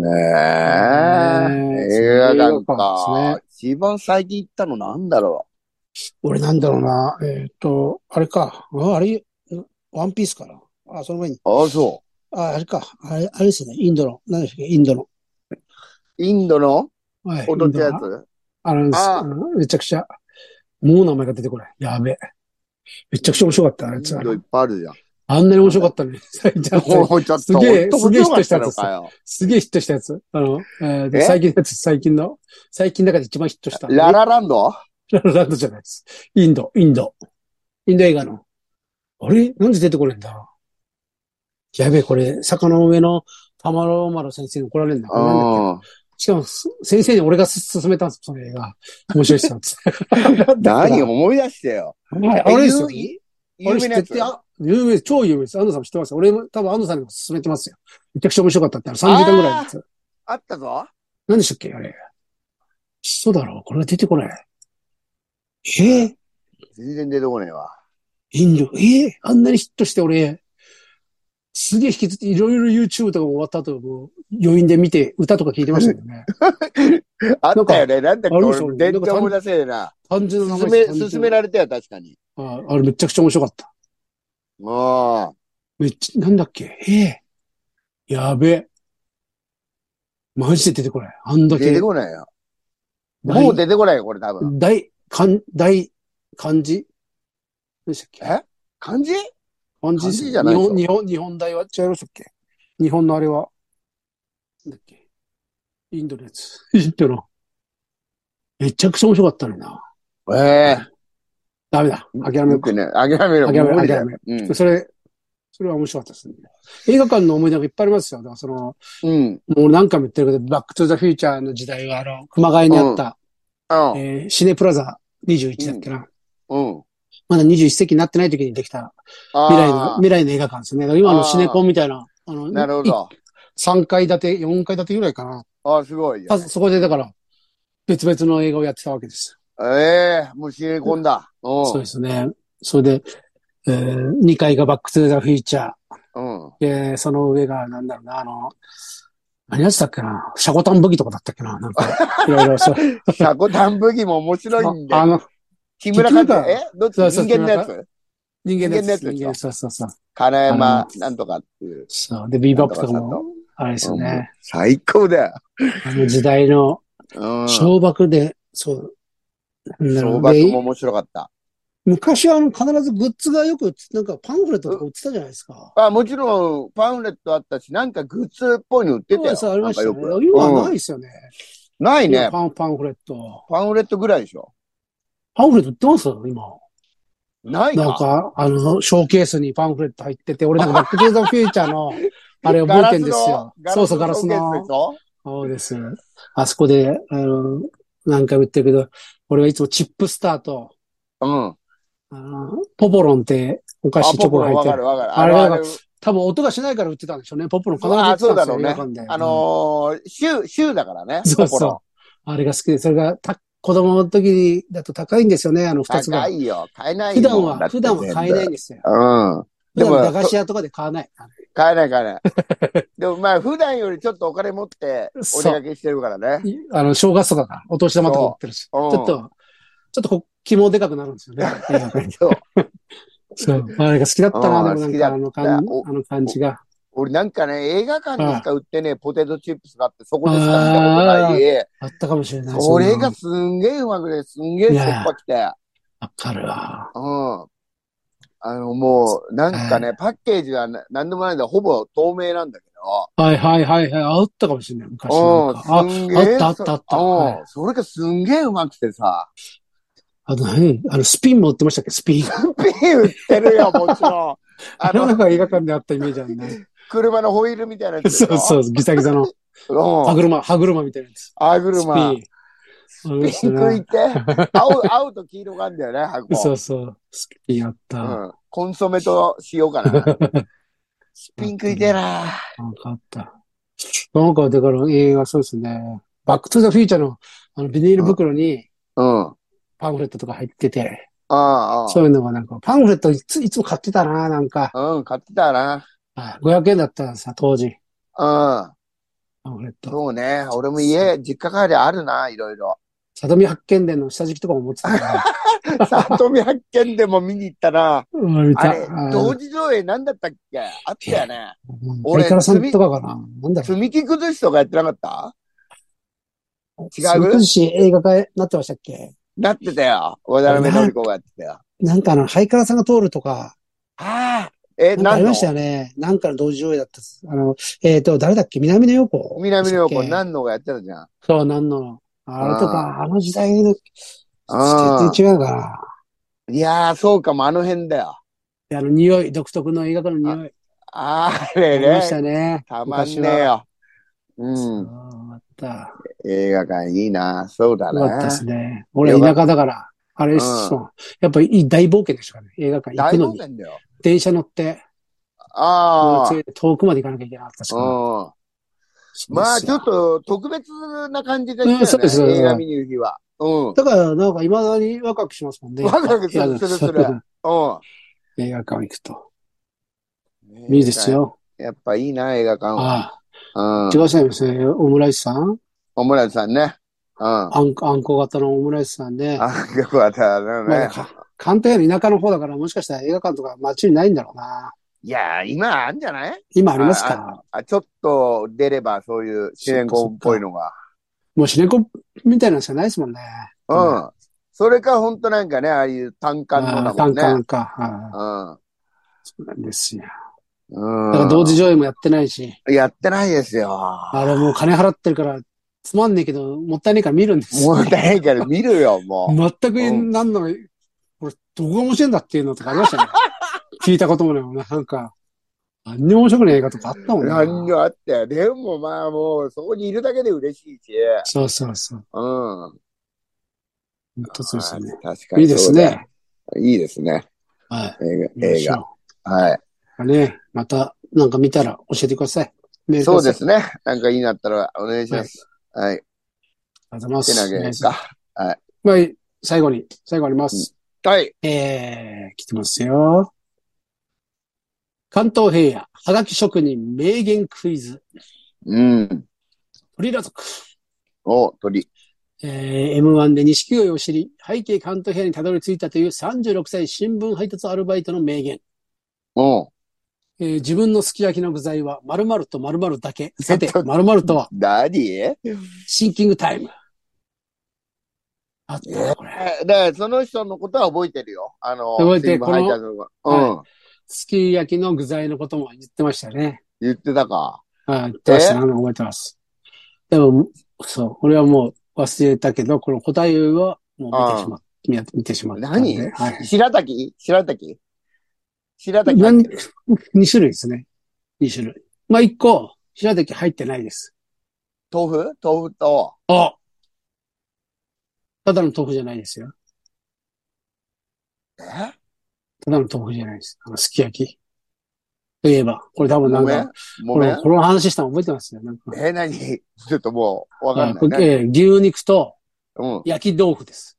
B: 画なん
A: 映画館
B: か、一番最近行ったのなんだろ
A: 俺なんだろうな。えーっ、と、あれか。ああれ、んワンピースかな。あ、その前に。
B: う。ああ、そ
A: あ、あれか。あれ、あれですね。インドの。何でしたっけインドの。
B: う。インドの
A: はい。
B: 踊ったや
A: インドの
B: つ
A: あれです。
B: あー
A: うんめちゃくちゃ。もう名前が出てこない。やべえ。めちゃくちゃ面白かった、あ
B: イ
A: いつ
B: ン
A: は
B: ドいっぱいあるじゃん。
A: あんなに面白かったのに。 [LAUGHS] 最近
B: おおちょっと、
A: すげえ
B: ほんと面白かったのかよ。
A: すげえヒットしたやつ。あの、えー
B: え
A: 最近のやつ、最近の、最近の中で一番ヒットした。
B: ララランド
A: ララランドじゃないです。インド、インド。インド映画の。あれなんで出てこないんだやべえ、これ、坂の上のタマロマロ先生に怒られるんだ。これなんだっ
B: うん。
A: けしかも、す先生に俺がす勧めたんですその映画。面白いっすよ
B: [LAUGHS]
A: つって。
B: 何思い出してよ。
A: はいあれですよ。
B: 有
A: あ
B: 有名な
A: れ知
B: や
A: っ
B: つ
A: てて。あ有名、超有名です。安藤さんも知ってますよ。俺も多分安藤さんにも勧めてますよ。めちゃくちゃ面白かったって。あの3時間ぐらいのやつ。
B: あったぞ。
A: 何でしたっけあれ。そうだろうこれ出てこない。えー、
B: 全然出てこねえわ。
A: インド、ええあんなにヒットして俺、すげえ引きずって、いろいろ YouTube とかも終わった後、もう余韻で見て、歌とか聴いてましたけどね。
B: あったよね。なんだっけ
A: あるでしょ
B: 俺、全然思い出せねえな。
A: 単純な
B: 勧
A: 名
B: め
A: 前、
B: 勧められたよ、確かに。
A: ああれめちゃくちゃ面白かった。
B: ああ。
A: めっちゃ、なんだっけええやべえ。マジで出てこない。あんだ
B: 出て
A: け。
B: こないよ。もう出てこないよ、これ多分。
A: 大、大、大、漢字何でしたっけ
B: え漢字
A: 漢字です
B: 漢字じゃないでしょ
A: 日本、日本、日本大は違いましたっけ日本のあれは、なんだっけインドのやつ。インドの。めちゃくちゃ面白かったのにな。
B: ええ
A: ダメだ。諦め
B: よ
A: よう
B: く
A: か。
B: ね、諦めろ。
A: 諦めろ
B: もう無理だよ
A: 諦め
B: うん
A: それ、それは面白かったですね。映画館の思い出がいっぱいありますよ。だからその、も
B: うん。
A: う何回も言ってるけど、バックトゥザフューチャーの時代は、あの、熊谷にあった、
B: うん。
A: えーシネプラザ21だっけな。
B: うん。
A: まだ21世紀になってない時にできた
B: あ
A: 未来の、
B: あ。
A: 未来の映画館ですね。だから今のシネコンみたいな、あの、
B: なるほど。
A: 3階建て、4階建てぐらいかな。
B: ああ、すごいよ。
A: あそこでだから、別々の映画をやってたわけです。
B: ええもう入れ込んだ。うん。
A: そうですね。それで、え2階がバックトゥーザフューチャー。
B: うん。
A: で、その上が、なんだろうな、あの、何やってたっけな、シャコタン武器とかだったっけな、なんか、いろい
B: [LAUGHS]
A: ろそう。
B: シャコタン武器も面白い
A: [LAUGHS]
B: んで
A: あ。あの、
B: 木村監
A: 木
B: 督、
A: 村か
B: えどっち
A: そう
B: 人
A: そう
B: 間のやつ
A: 人間です。
B: 人間のやつでしょ
A: 人間、そうそうそう。
B: 金
A: あ
B: 山、なんとかっていう。
A: そう。で、ビーバップとか
B: なんと
A: も、あれですよね。
B: さんの最高だよ。
A: あの時代の、
B: うん。小
A: 小爆で、そう。なんだろう
B: 爆も
A: で
B: 面白かった。
A: 昔はあの、必ずグッズがよく、なんかパンフレットとか売ってたじゃないですか。
B: あ、もちろん、パンフレットあったし、なんかグッズっぽいの売ってた
A: そう
B: よ。
A: そうありました
B: な
A: ね
B: んかよ。く
A: 今はない
B: うん
A: ですよね。
B: ないね。
A: パン、パンフレット。
B: パンフレットぐらいでしょ。
A: パンフレット売ってます今。
B: ない
A: なん
B: か。
A: か、あの、ショーケースにパンフレット入ってて、俺なんかバックトゥーザフューチャ
B: [LAUGHS]
A: ーの、あれ覚えてんですよ。そうそう、ガラス
B: ショーケースで
A: の
B: し。ょ
A: そうです。あそこで、あの、何回も言ってるけど、俺はいつもチップスターと、
B: うん。
A: あの、ポポロンってお菓
B: あ、
A: 子チョコが入
B: わ
A: って
B: かる
A: る。
B: わかる。
A: あれ
B: の
A: なんか多分音がしないから売ってたんでしょうね。ポポロン必ず売ってたんですよ、
B: あそうだろうね
A: 映画館で。
B: あのー、シュー、シューだからね。
A: そう
B: ところ
A: うん、あれが好きで、それがた子供の時だと高いんですよね、あの二つ
B: 高
A: が。
B: いよ。買えない
A: 普
B: よ。
A: 段
B: だ
A: は、
B: って
A: 普段は買えないん
B: 全
A: ですよ。
B: 部。うん。
A: 普
B: でも
A: 段駄菓子屋とかで買わない。
B: 買えない買えない。 [LAUGHS] でもまあ、普段よりちょっとお金持ってお出
A: そう
B: かけしてるからね。
A: いあの、正月とかが、お年玉とか売ってるし、ち
B: そうう
A: ょ
B: ん
A: っと、ちょっとこ肝でかくなるんですよね。映画 [LAUGHS] 館
B: [LAUGHS] そう。
A: そう。あれが好きだったな、
B: うん
A: でもなんかあの
B: 好きだった
A: 感
B: お
A: あの感じが。
B: 俺なんかね、映画館でしか売ってねえポテトチップスがあって、そこでしか見たことない。
A: あったかもしれない。
B: それ
A: んな
B: がすんげえうまくて、すんげえしょっぱくて。
A: わかるわ。
B: うん。あの、もう、なんかね、パッケージはななんでもないんだ。ほぼ透明なんだけ
A: はいはいはいはい。あったかもしれない、昔
B: ど。う。
A: なんんか。あ、
B: すんげえ。
A: あったあったあった
B: うん
A: はい
B: それがすんげえうまくてさ。
A: あの、何あの、スピンも売ってましたっけスピン。
B: ピン売ってるよ、もちろん。
A: [LAUGHS] あ
B: あ
A: れはなん
B: の、
A: か映画館であったイメージあるね。
B: 車のホイールみたいなやつでし
A: [LAUGHS] そ
B: ょ。
A: うそう、ギザギザ
B: う
A: の。
B: ん
A: 歯車、歯車みたいなやつ。
B: 歯
A: スピン。
B: 車。
A: ありまし
B: ピ
A: た
B: ンクい
A: ね
B: て、青、青と黄色があるんだよね、箱。
A: そうそう。スピンあった。わ
B: うん。コンソメと塩か
A: [LAUGHS]
B: な。スピン食いてえな
A: かった。なんか、だから映画、そうですね。バックトゥザフューチャーの、あの、ビニール袋に
B: うん。あ
A: パンフレットとか入ってて、
B: あ、
A: そういうのがなんか、パンフレットいつ、いつも買ってたな、なんか。
B: うん、買ってたな。
A: あ500円だったさ、当時。
B: うん。
A: パンフレット。
B: そうね。俺も家、実家帰りあるな、いろい
A: [LAUGHS]
B: ろ。
A: 里見八犬伝の下敷きとかも持ってたから。
B: [LAUGHS] 里見発見でも見に行ったな。
A: うん、見た。
B: あれ
A: あ、
B: 同時上映なんだったっけあったよね。
A: 俺、
B: 俺
A: ペリカラさんとかかな。なんだろ
B: 積み木崩しとかやってなかった
A: う。
B: 違う
A: うし映画化になってましたっけ
B: なってたよ。渡辺典子がやってたよ。
A: なんかあの、ハイカラさんが通るとか、
B: ああ。え、
A: なんかあ
B: 何
A: り
B: の
A: ましたよね。なんかの同時上映だったっす。あの、えっ、と、誰だっけ南野陽子。
B: 南の横、
A: な
B: 何のがやってたじゃん。
A: そう、なんの。あれとか、あの時代の、
B: あー
A: 全然違うから。
B: いやー、そうかも、あの辺だよ。
A: であの、匂い、独特の映画館の匂い。
B: あ
A: あ
B: れ
A: りました
B: ね。
A: ね。
B: たまんねえよ。う
A: 昔は。
B: ん。
A: そうあった。
B: 映画館いいな。そうだ
A: よかった
B: ね
A: で。すね。俺、田舎だから、あれっすもんやっぱいい大冒険でしたからね。映画館行く
B: 大
A: の
B: 冒
A: に。
B: 険だよ。
A: 電車乗って、
B: ああ。
A: 遠くまで行かなきゃいけなかったし。
B: うん。まあ、ちょっと特別な感じで
A: うんそうで
B: す
A: すそう
B: よね。
A: です
B: 映画見に行く日は。うん。
A: だから、なんか、未だにワクワクしますもんね。
B: ワクワクするするする
A: [LAUGHS] 映画館行くと。
B: うん。
A: いいです。よ。
B: やっぱいいな、映画館は。
A: ああ。
B: うん
A: 行ってく。ださいませ。オムライスさん。
B: オムライスさんね。うん。あ、
A: あん、あんこ型のオムライスさんで。
B: よくわかった
A: ま
B: ね
A: あ。か関東より田舎の方だから、もしかしたら映画館とか街にないんだろうな。
B: いやー、今あんじゃない
A: 今ありますか
B: あ、ちょっと出ればそういう試練校っぽいのが。
A: もうシネコみたいなのしかないですもんね。
B: う
A: そっ
B: ん。それか本当なんかね、ああいう単管のだも
A: 単
B: んね。
A: 館か。はいそうなんですよ。
B: うん。う
A: だから
B: ん。
A: 同時上映もやってないし、
B: やってないですよ。
A: あれもう金払ってるから、つまんねえけど、もったいねえから見るんです
B: も
A: よ。
B: う大から見るよ、も
A: 全く何の、これ、どこが面白いんだっていうのとかありましたね。聞いたこともないもんな。なんか、何にも面白くない映画とかあったも
B: う。
A: ん
B: 何
A: な。
B: があって。でもまあもう、そこにいるだけで嬉しいし。
A: そうそうそう。
B: うん。
A: 本当そうですよね。
B: はい確か
A: い
B: に。
A: いですね。。
B: いいですね。
A: はい。
B: 映
A: 見
B: 画。
A: ま
B: 映
A: しょ
B: 画。はい。
A: うね、また、なんか見たら教えてください。メールく
B: そ
A: だ
B: う
A: さい
B: ですね。なんかいいなったらお願いします。はい。
A: はいりがとうご
B: 手
A: ざいます。
B: 投げですか。
A: まあ、最後に、最後あります。
B: はい。
A: えー、来てますよ。関東平野、はがき職人名言クイズ、
B: うん。
A: 鳥ラ族。
B: お、鳥。
A: えー M1 で錦鯉を知り、背景関東平野にたどり着いたという36歳新聞配達アルバイトの名言。
B: お
A: えー自分のすき焼きの具材は〇〇と〇〇だけ。さて、〇〇とは
B: ダディえ
A: シンキングタイム。あったなこれ。
B: だからその人のことは覚えてるよ。あの、
A: 覚えて
B: 新聞配達の子うん。
A: すき焼きの具材のことも言ってましたね。
B: 言ってたか。
A: はい、言ってましたね。覚えてます。でも、そう、これはもう忘れたけど、この答えはもう見てしまっ見見てしまったんで。
B: 何
A: はい。
B: 白滝白滝白滝入っ
A: 何
B: てる
A: ?2 種類ですね。2種類。まあ、1個、白滝入ってないです。
B: 豆腐豆腐と、
A: あただの豆腐じゃないですよ。
B: え
A: ただの豆腐じゃないです。あの、すき焼き。といえば、これ多分な
B: ご
A: ん
B: め
A: か
B: ん、ご
A: こ
B: め
A: の
B: ん。
A: この話したの覚えてますよ。なんか
B: え、何 [LAUGHS] ちょっともう、わかん
A: あ
B: ない。
A: えー牛肉と
B: うん。
A: 焼き豆腐です。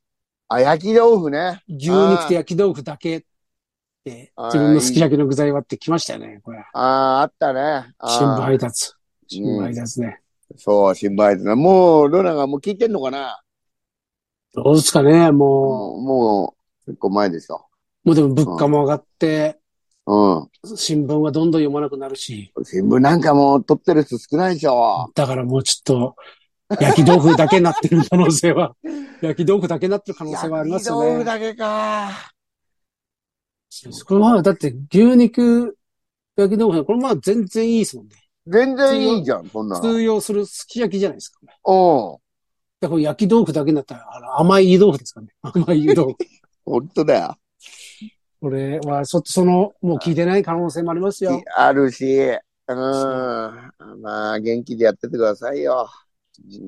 B: あ、焼き豆腐ね。
A: 牛肉と焼き豆腐だけで
B: あー
A: 自分の好き焼きの具材はってきましたよね。これ。
B: ああ、あったね。あー
A: 新聞配達。新
B: うん
A: 聞配達ね。
B: そう、新聞配達ね。もう、ロナがもう聞いてんのかな
A: どうですかね。
B: も
A: も
B: う、もう、結構前でしょ。
A: う、もうでも物価も上がって、
B: う
A: 新聞はどんどん読まなくなるし、
B: ん。新聞なんかもう、撮ってる人少ないでしょ。
A: だからもうちょっと、焼き豆腐だけになってる可能性
B: [LAUGHS]
A: は、焼き豆腐だけになってる可能性はありますよね。
B: 焼き豆腐だけか。
A: この前、だって牛肉、焼き豆腐、これまあ全然いいですもんね。
B: 全然いいじゃん、そんなの。
A: 通用するすき焼きじゃないですか、ね。
B: うん。
A: で、これ焼き豆腐だけになったら、あの、甘い湯豆腐ですかね。 [LAUGHS] 甘い湯豆腐。
B: 本当だよ。
A: これは、そ、その、もう聞いてない可能性もありますよ。
B: あるし、うん。まあ、元気でやっててくださいよ。うん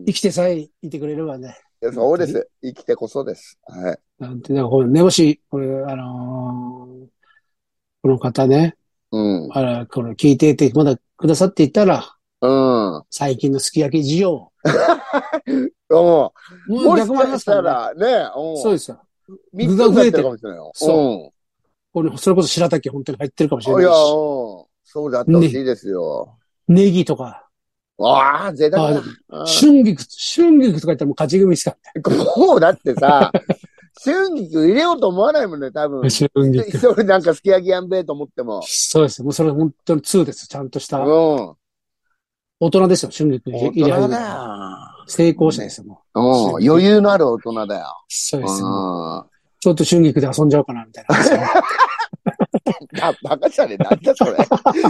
A: 生きてさえいてくれればね。
B: いやそうです。生きてこそです。はい。
A: なんて、だからこれ、ね、もし、これ、あのーこの方ね、
B: うん。
A: あら、これ聞いてて、まだくださっていたら、
B: うん。
A: 最近のすき焼き事情、
B: うん。
A: も
B: も
A: う
B: し
A: 逆もあり
B: か
A: ます
B: し
A: か
B: た
A: ら、ね。
B: ら、ね、うん。
A: そうですよ。
B: 三つになってるかもしれないよ。そ
A: これ、それこそ白滝本当に入ってるかもしれ
B: う。
A: なん
B: い
A: い
B: や、うん
A: し。。
B: そうだってほしいですよ。
A: ネギとか、
B: わあ、贅沢だ。うん
A: 春菊、春菊とか言ったらもう勝ち組ですか
B: もうだってさ、 [LAUGHS] 春菊入れようと思わないもんね、多分
A: ら。。春菊。
B: それなんかすき焼きやんべえと思っても。
A: そうです。もうそれ本当に2です。ちゃんとし
B: う
A: た
B: ん。。大
A: 大人ですよ、春菊入れ
B: 人
A: 始め
B: だ
A: た。成功者ですよ、もう。
B: よ。うん。余裕のある大人だよ。
A: そう
B: う
A: です。
B: ん。
A: ちょっと春菊で遊んじゃおうかな、みたいな。
B: あ、バカじゃねえ。なんだそれ。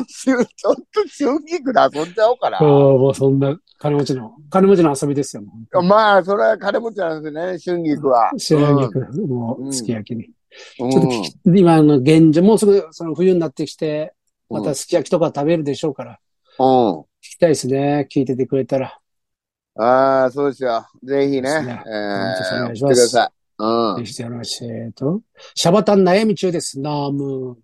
B: しゅちょっと春菊で遊んじゃおうかな。
A: そうもうそんな金持ちの、金持ちの遊びですよ、もう。
B: まあ、それは金持ちなんですね、春菊は。
A: 春菊、もう、すき焼きに。
B: うん
A: ちょっとき、今あの現状、もうすぐ、その冬になってきて、またすき焼きとか食べるでしょうから、
B: うん。うん
A: 聞きたいですね。聞いててくれたら、
B: ああ、そうですよ。ぜひね。
A: そうですね
B: えー、
A: お願いし
B: 送っ
A: ま
B: てく
A: す
B: ださい。う
A: ぜひよろしい。えっと、シャバタン悩み中です。ナーム。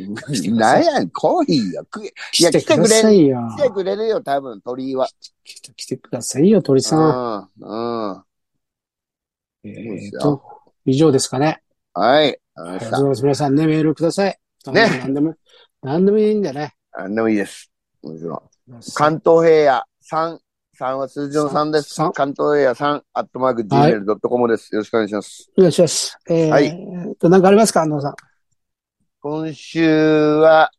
B: ん。なんやん、来いよ。く来
A: 来てくださいよ。
B: てくれるよ、多分、鳥居は。
A: 来て来てくださいよ、鳥さん。
B: うん。うん。
A: え
B: そうです
A: ー
B: よ
A: と、以上ですかね。
B: はい。わ
A: あ
B: か
A: り
B: りま
A: がと
B: し
A: うございます。皆さんね、メールください。
B: ね
A: 何でも、何でもいいんだね。
B: た。何でもいいです。もちろん。関東平野3。3は数字の3です。
A: 三
B: 関東平野3、アットマーク gmail.com です。よろしくお願いします。
A: お願いします。えー、
B: はい
A: えっと、なんかありますか安藤さん。
B: 今週は、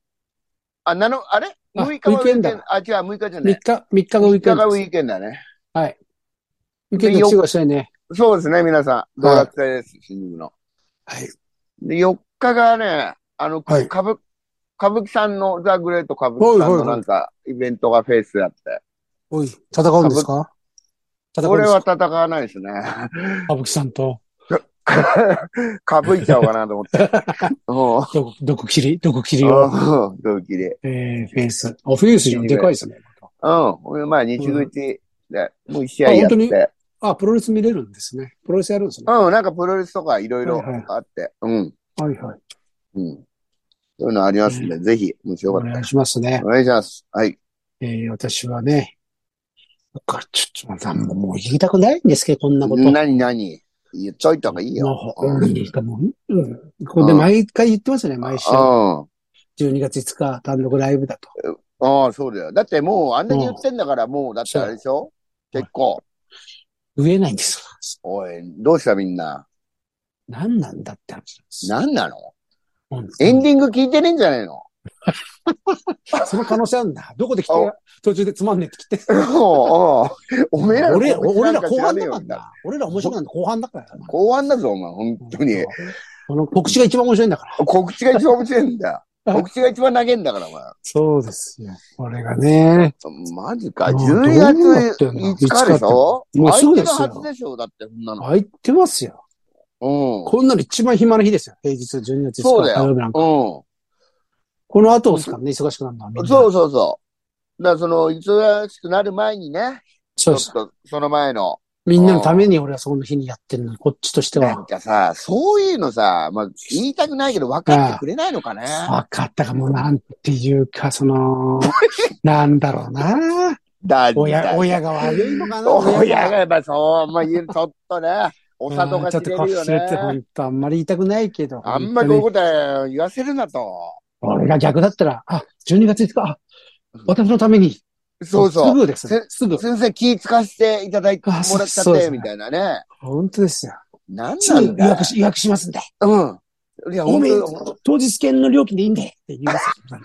B: あ、なの、あれ
A: あ
B: ?6 日は
A: ウィークエンドだ
B: あ、違う、6日じゃな
A: 3
B: い。
A: 日、3日がウ
B: 3日
A: ィークエンド
B: がウ
A: です。
B: ィーケンドだね。
A: ウィークエンド中がしたいね。
B: そうですね、皆さん。道楽隊です、新宿の。
A: はい。
B: で、4日がね、あの、
A: はい
B: 歌舞、歌舞伎さんの、ザ・グレート歌舞伎さん
A: はいはい
B: の
A: は
B: な
A: い
B: んか、イベントがフェイスであって。
A: おい、戦うんですか戦うん
B: 俺
A: です
B: は
A: か
B: 戦わないですね。 [LAUGHS]
A: 歌舞伎さんと、
B: かぶいちゃおうかなと思
A: [LAUGHS]
B: って。もう
A: どこ、どこ切り、どこ切りを、
B: うん、 [LAUGHS] ドキリ。
A: えー、フェイス。あ、フェイスじゃん。でかいですね。
B: うん、俺、まあ、日口で、もう一試合
A: あ
B: や
A: 本
B: っ
A: 当に
B: て。
A: あ、プロレス見れるんですね。プロレスやるんですね。
B: うん、なんかプロレスとかいろいろ
A: はいはい
B: あって。うん、
A: はいはい。
B: うん。そういうのありますんで、ぜひ、もしよか
A: お
B: った
A: 願
B: ら
A: いしますね。
B: お願いします。はい。
A: えー、私はね、っか、ちょ、ちょ、なんももう言いたくないんですけど、こんなこと。
B: 何何言っちゃいた方がいいよ。
A: もう、うん、もう、うん。ここで毎回言ってますよね、毎週。
B: うん。
A: 12月5日単独ライブだと。
B: ああ、そうだよ。だってもう、あんなに言ってんだから、もう、だってあれでしょ結構。
A: 言えないんです
B: おい、どうしたみんな。
A: よ。何なんだって話なんで
B: 何なの
A: す
B: エンディング聞いてねえんじゃ
A: [LAUGHS]
B: ないの
A: その可能性あんだ。どこで来
B: あ
A: て、途中でつまんねえって来て。
B: おうおうおめえらの
A: 俺、
B: こと
A: 俺
B: な
A: ら
B: んか
A: 後半だ
B: 知
A: からら
B: ねえよ
A: な。俺ら面白くなんだ後半だからな。
B: 後半だぞ、お前、本当に。
A: この告知が一番面白いんだから。
B: 告知が一番面白いんだ。告知が一番投げんだから、お前。
A: そうですよ。これがね。
B: マジか。
A: うん
B: 12
A: どうなっ
B: 月
A: てん
B: 5
A: の
B: 日でしょ
A: もうす
B: 相手
A: ぐです
B: の
A: よ
B: 初でしょだって、そんなの。
A: 入ってますよ。
B: うん。
A: こんなの一番暇な日ですよ。平日12月
B: そう
A: 5
B: だ
A: 日
B: よ
A: 火曜日なんか。
B: う
A: この後ですからね、忙しくなるのはみん
B: ん。
A: な。
B: そうそうそう。だから、その、忙しくなる前にね、ち
A: そ
B: ょ
A: う
B: っ
A: です。
B: と、その前の。
A: みんなのために俺はその日にやってるのに、こっちとして
B: なん
A: は。
B: かさ、そういうのさ、まあ、言いたくないけど分かってくれないのかね。
A: 分かったかも、なんていうか、その、なんだろ
B: [LAUGHS]
A: うな。
B: だ
A: 親、
B: だ
A: 親が悪いのか
B: [LAUGHS]
A: な。
B: 親がやっぱそう、まあ、言うちょっとね、お
A: うん
B: 里が
A: ちょ
B: 知
A: っと
B: れ
A: こ
B: る
A: う
B: よ
A: すれて、
B: ね。
A: 本当あんまり言いたくないけど。
B: あんまりこういうこ
A: 本
B: とは言わせるなと。
A: 当に俺が逆だったら、あ、12月5日、あ、私のために。
B: そう
A: す
B: そう。
A: ぐですね。すぐ。
B: 先生気ぃつかせていただいてもら
A: あ
B: っ
A: そう
B: ちゃ
A: そう
B: っ
A: です
B: て、
A: ね
B: みたいなね。
A: 本当ですよ。
B: なん
A: す
B: な
A: ぐ
B: ん
A: 予
B: だ
A: 約し、予約しますんで。
B: うん。いや、
A: ご
B: 本
A: めん
B: 当に、
A: 当日券の料金でいいんで。って言いますよ。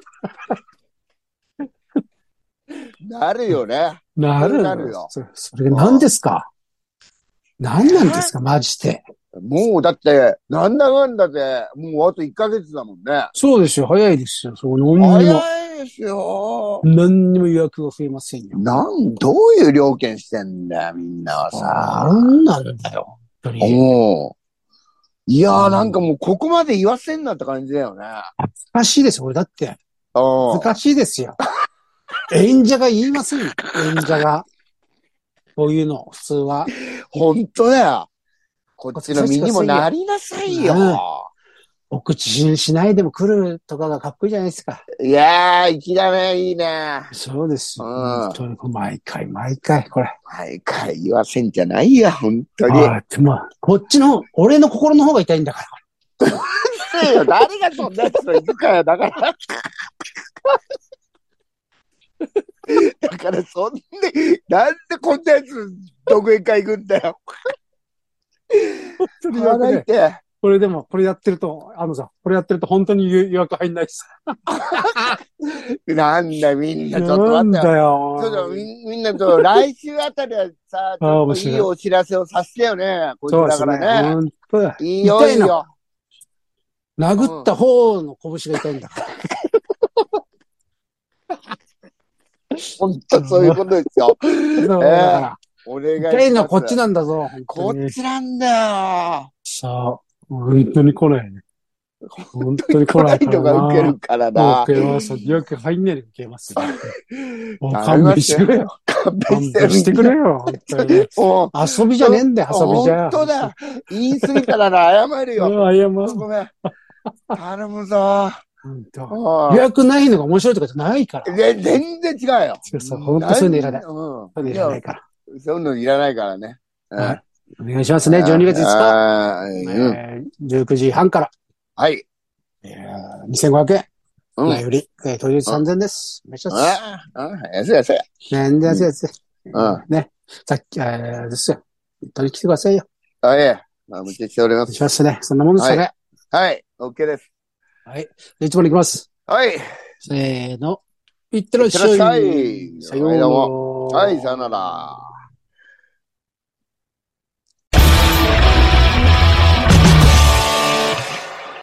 B: なるよね。
A: なる
B: なるよ
A: そそれが何ですか何なんですかマジで。
B: もうだって、なんだかんだで、もうあと1ヶ月だもんね。
A: そうですよ。早いですよ。そう、何にも、
B: 早いですよ。
A: 何にも予約が増えませんよ。
B: なん、どういう料金してんだよ、みんなはさ。
A: 何なんだよ。本当に。
B: もう。いや
A: う
B: ー、
A: ん
B: なんかもうここまで言わせんなって感じだよね。
A: 恥ずかしいですよ。俺だって。
B: うん。
A: 難しいで
B: [LAUGHS]
A: すよ。演者が言いませんよ。演者が。こういうの、普通は。
B: ほんとだよ。こっちの身にもなりなさいよ。
A: お口ししないでも来るとかがかっこいいじゃないですか。
B: いやー、粋だね、いいね。
A: そうですよ。
B: うん
A: 本当に、毎回、毎回、これ。
B: 毎回言わせんじゃないよ、ほんとに。
A: ああ、でも、こっちの、俺の心の方が痛いんだから。
B: せえよ、誰がそんなやつと行くかよ、だ
A: [LAUGHS]
B: から。だからそんで、なんでこんなやつ、独演会行くんだよ。
A: 本当に予約
B: 腹
A: ね。
B: 痛い。
A: これでも、これやってると、あのさん、これやってると本当に予予約入んないです。
B: なんだ、みんな、ちょっ
A: な
B: と
A: ん
B: 待ってよ。
A: だ
B: ちょっと
A: よ。
B: みみんな、ちょっと来週あたりはさ、ちょっといいお知らせをさせてよね。こいつ
A: そうで
B: だ
A: す
B: か
A: ね。
B: らね。
A: 本当だ。
B: いいよ、
A: 痛
B: い
A: い
B: い
A: な
B: よ。
A: 殴った方の拳が痛
B: [LAUGHS]
A: いんだから。
B: ほんとそういうことですよ。
A: そうだか
B: お願いしま
A: ら
B: す。
A: 痛いのはこっちなんだぞ。
B: こ
A: 本当
B: っ
A: に
B: ちなんだよ。
A: そう。本当に来ないね。本当に来ないから
B: の
A: な。
B: が受けるからな。
A: 受けます。よく入んねえで受
B: [LAUGHS]
A: けます。もう
B: 頼
A: 勘
B: み
A: 弁
B: ま
A: し
B: す
A: て
B: よ
A: くれよ。
B: 勘
A: 勘弁してくれよ。本当に
B: おう
A: 遊びじゃねえんだよ、遊びじゃ。
B: 本当だよ。言い過ぎたらな、謝る
A: う
B: よ。
A: わ。いや、まあ、
B: ごめん。頼むぞ。
A: 本当。
B: おう
A: 予約ないのが面白いとかじゃないから。
B: ぜ全然違うよ。
A: そうそうほんとそういうのいらない
B: うん。
A: そういうのいらないから。
B: やそういうのいらないからね。うん
A: はいお願いしますね。12月5日。
B: あーうん
A: えー19時半から、
B: はい。
A: えー2500円。
B: うん。
A: 前より、えー当日3000です。めっちゃ安
B: ああ、安い安い。
A: い。全然安いやつ。
B: うん。
A: ね。さっき、えー、ですよ。当に来てくださいよ。
B: あ、いえ。まあ、無視しておりま
A: お願い
B: す。
A: しますね。そんなもんですよね。
B: はい。OK です。
A: でいつものいきます。
B: はい。
A: せーの。いってらっしゃい。
B: いってらっしゃい
A: さよう
B: ど
A: なら
B: うもはいさようなら。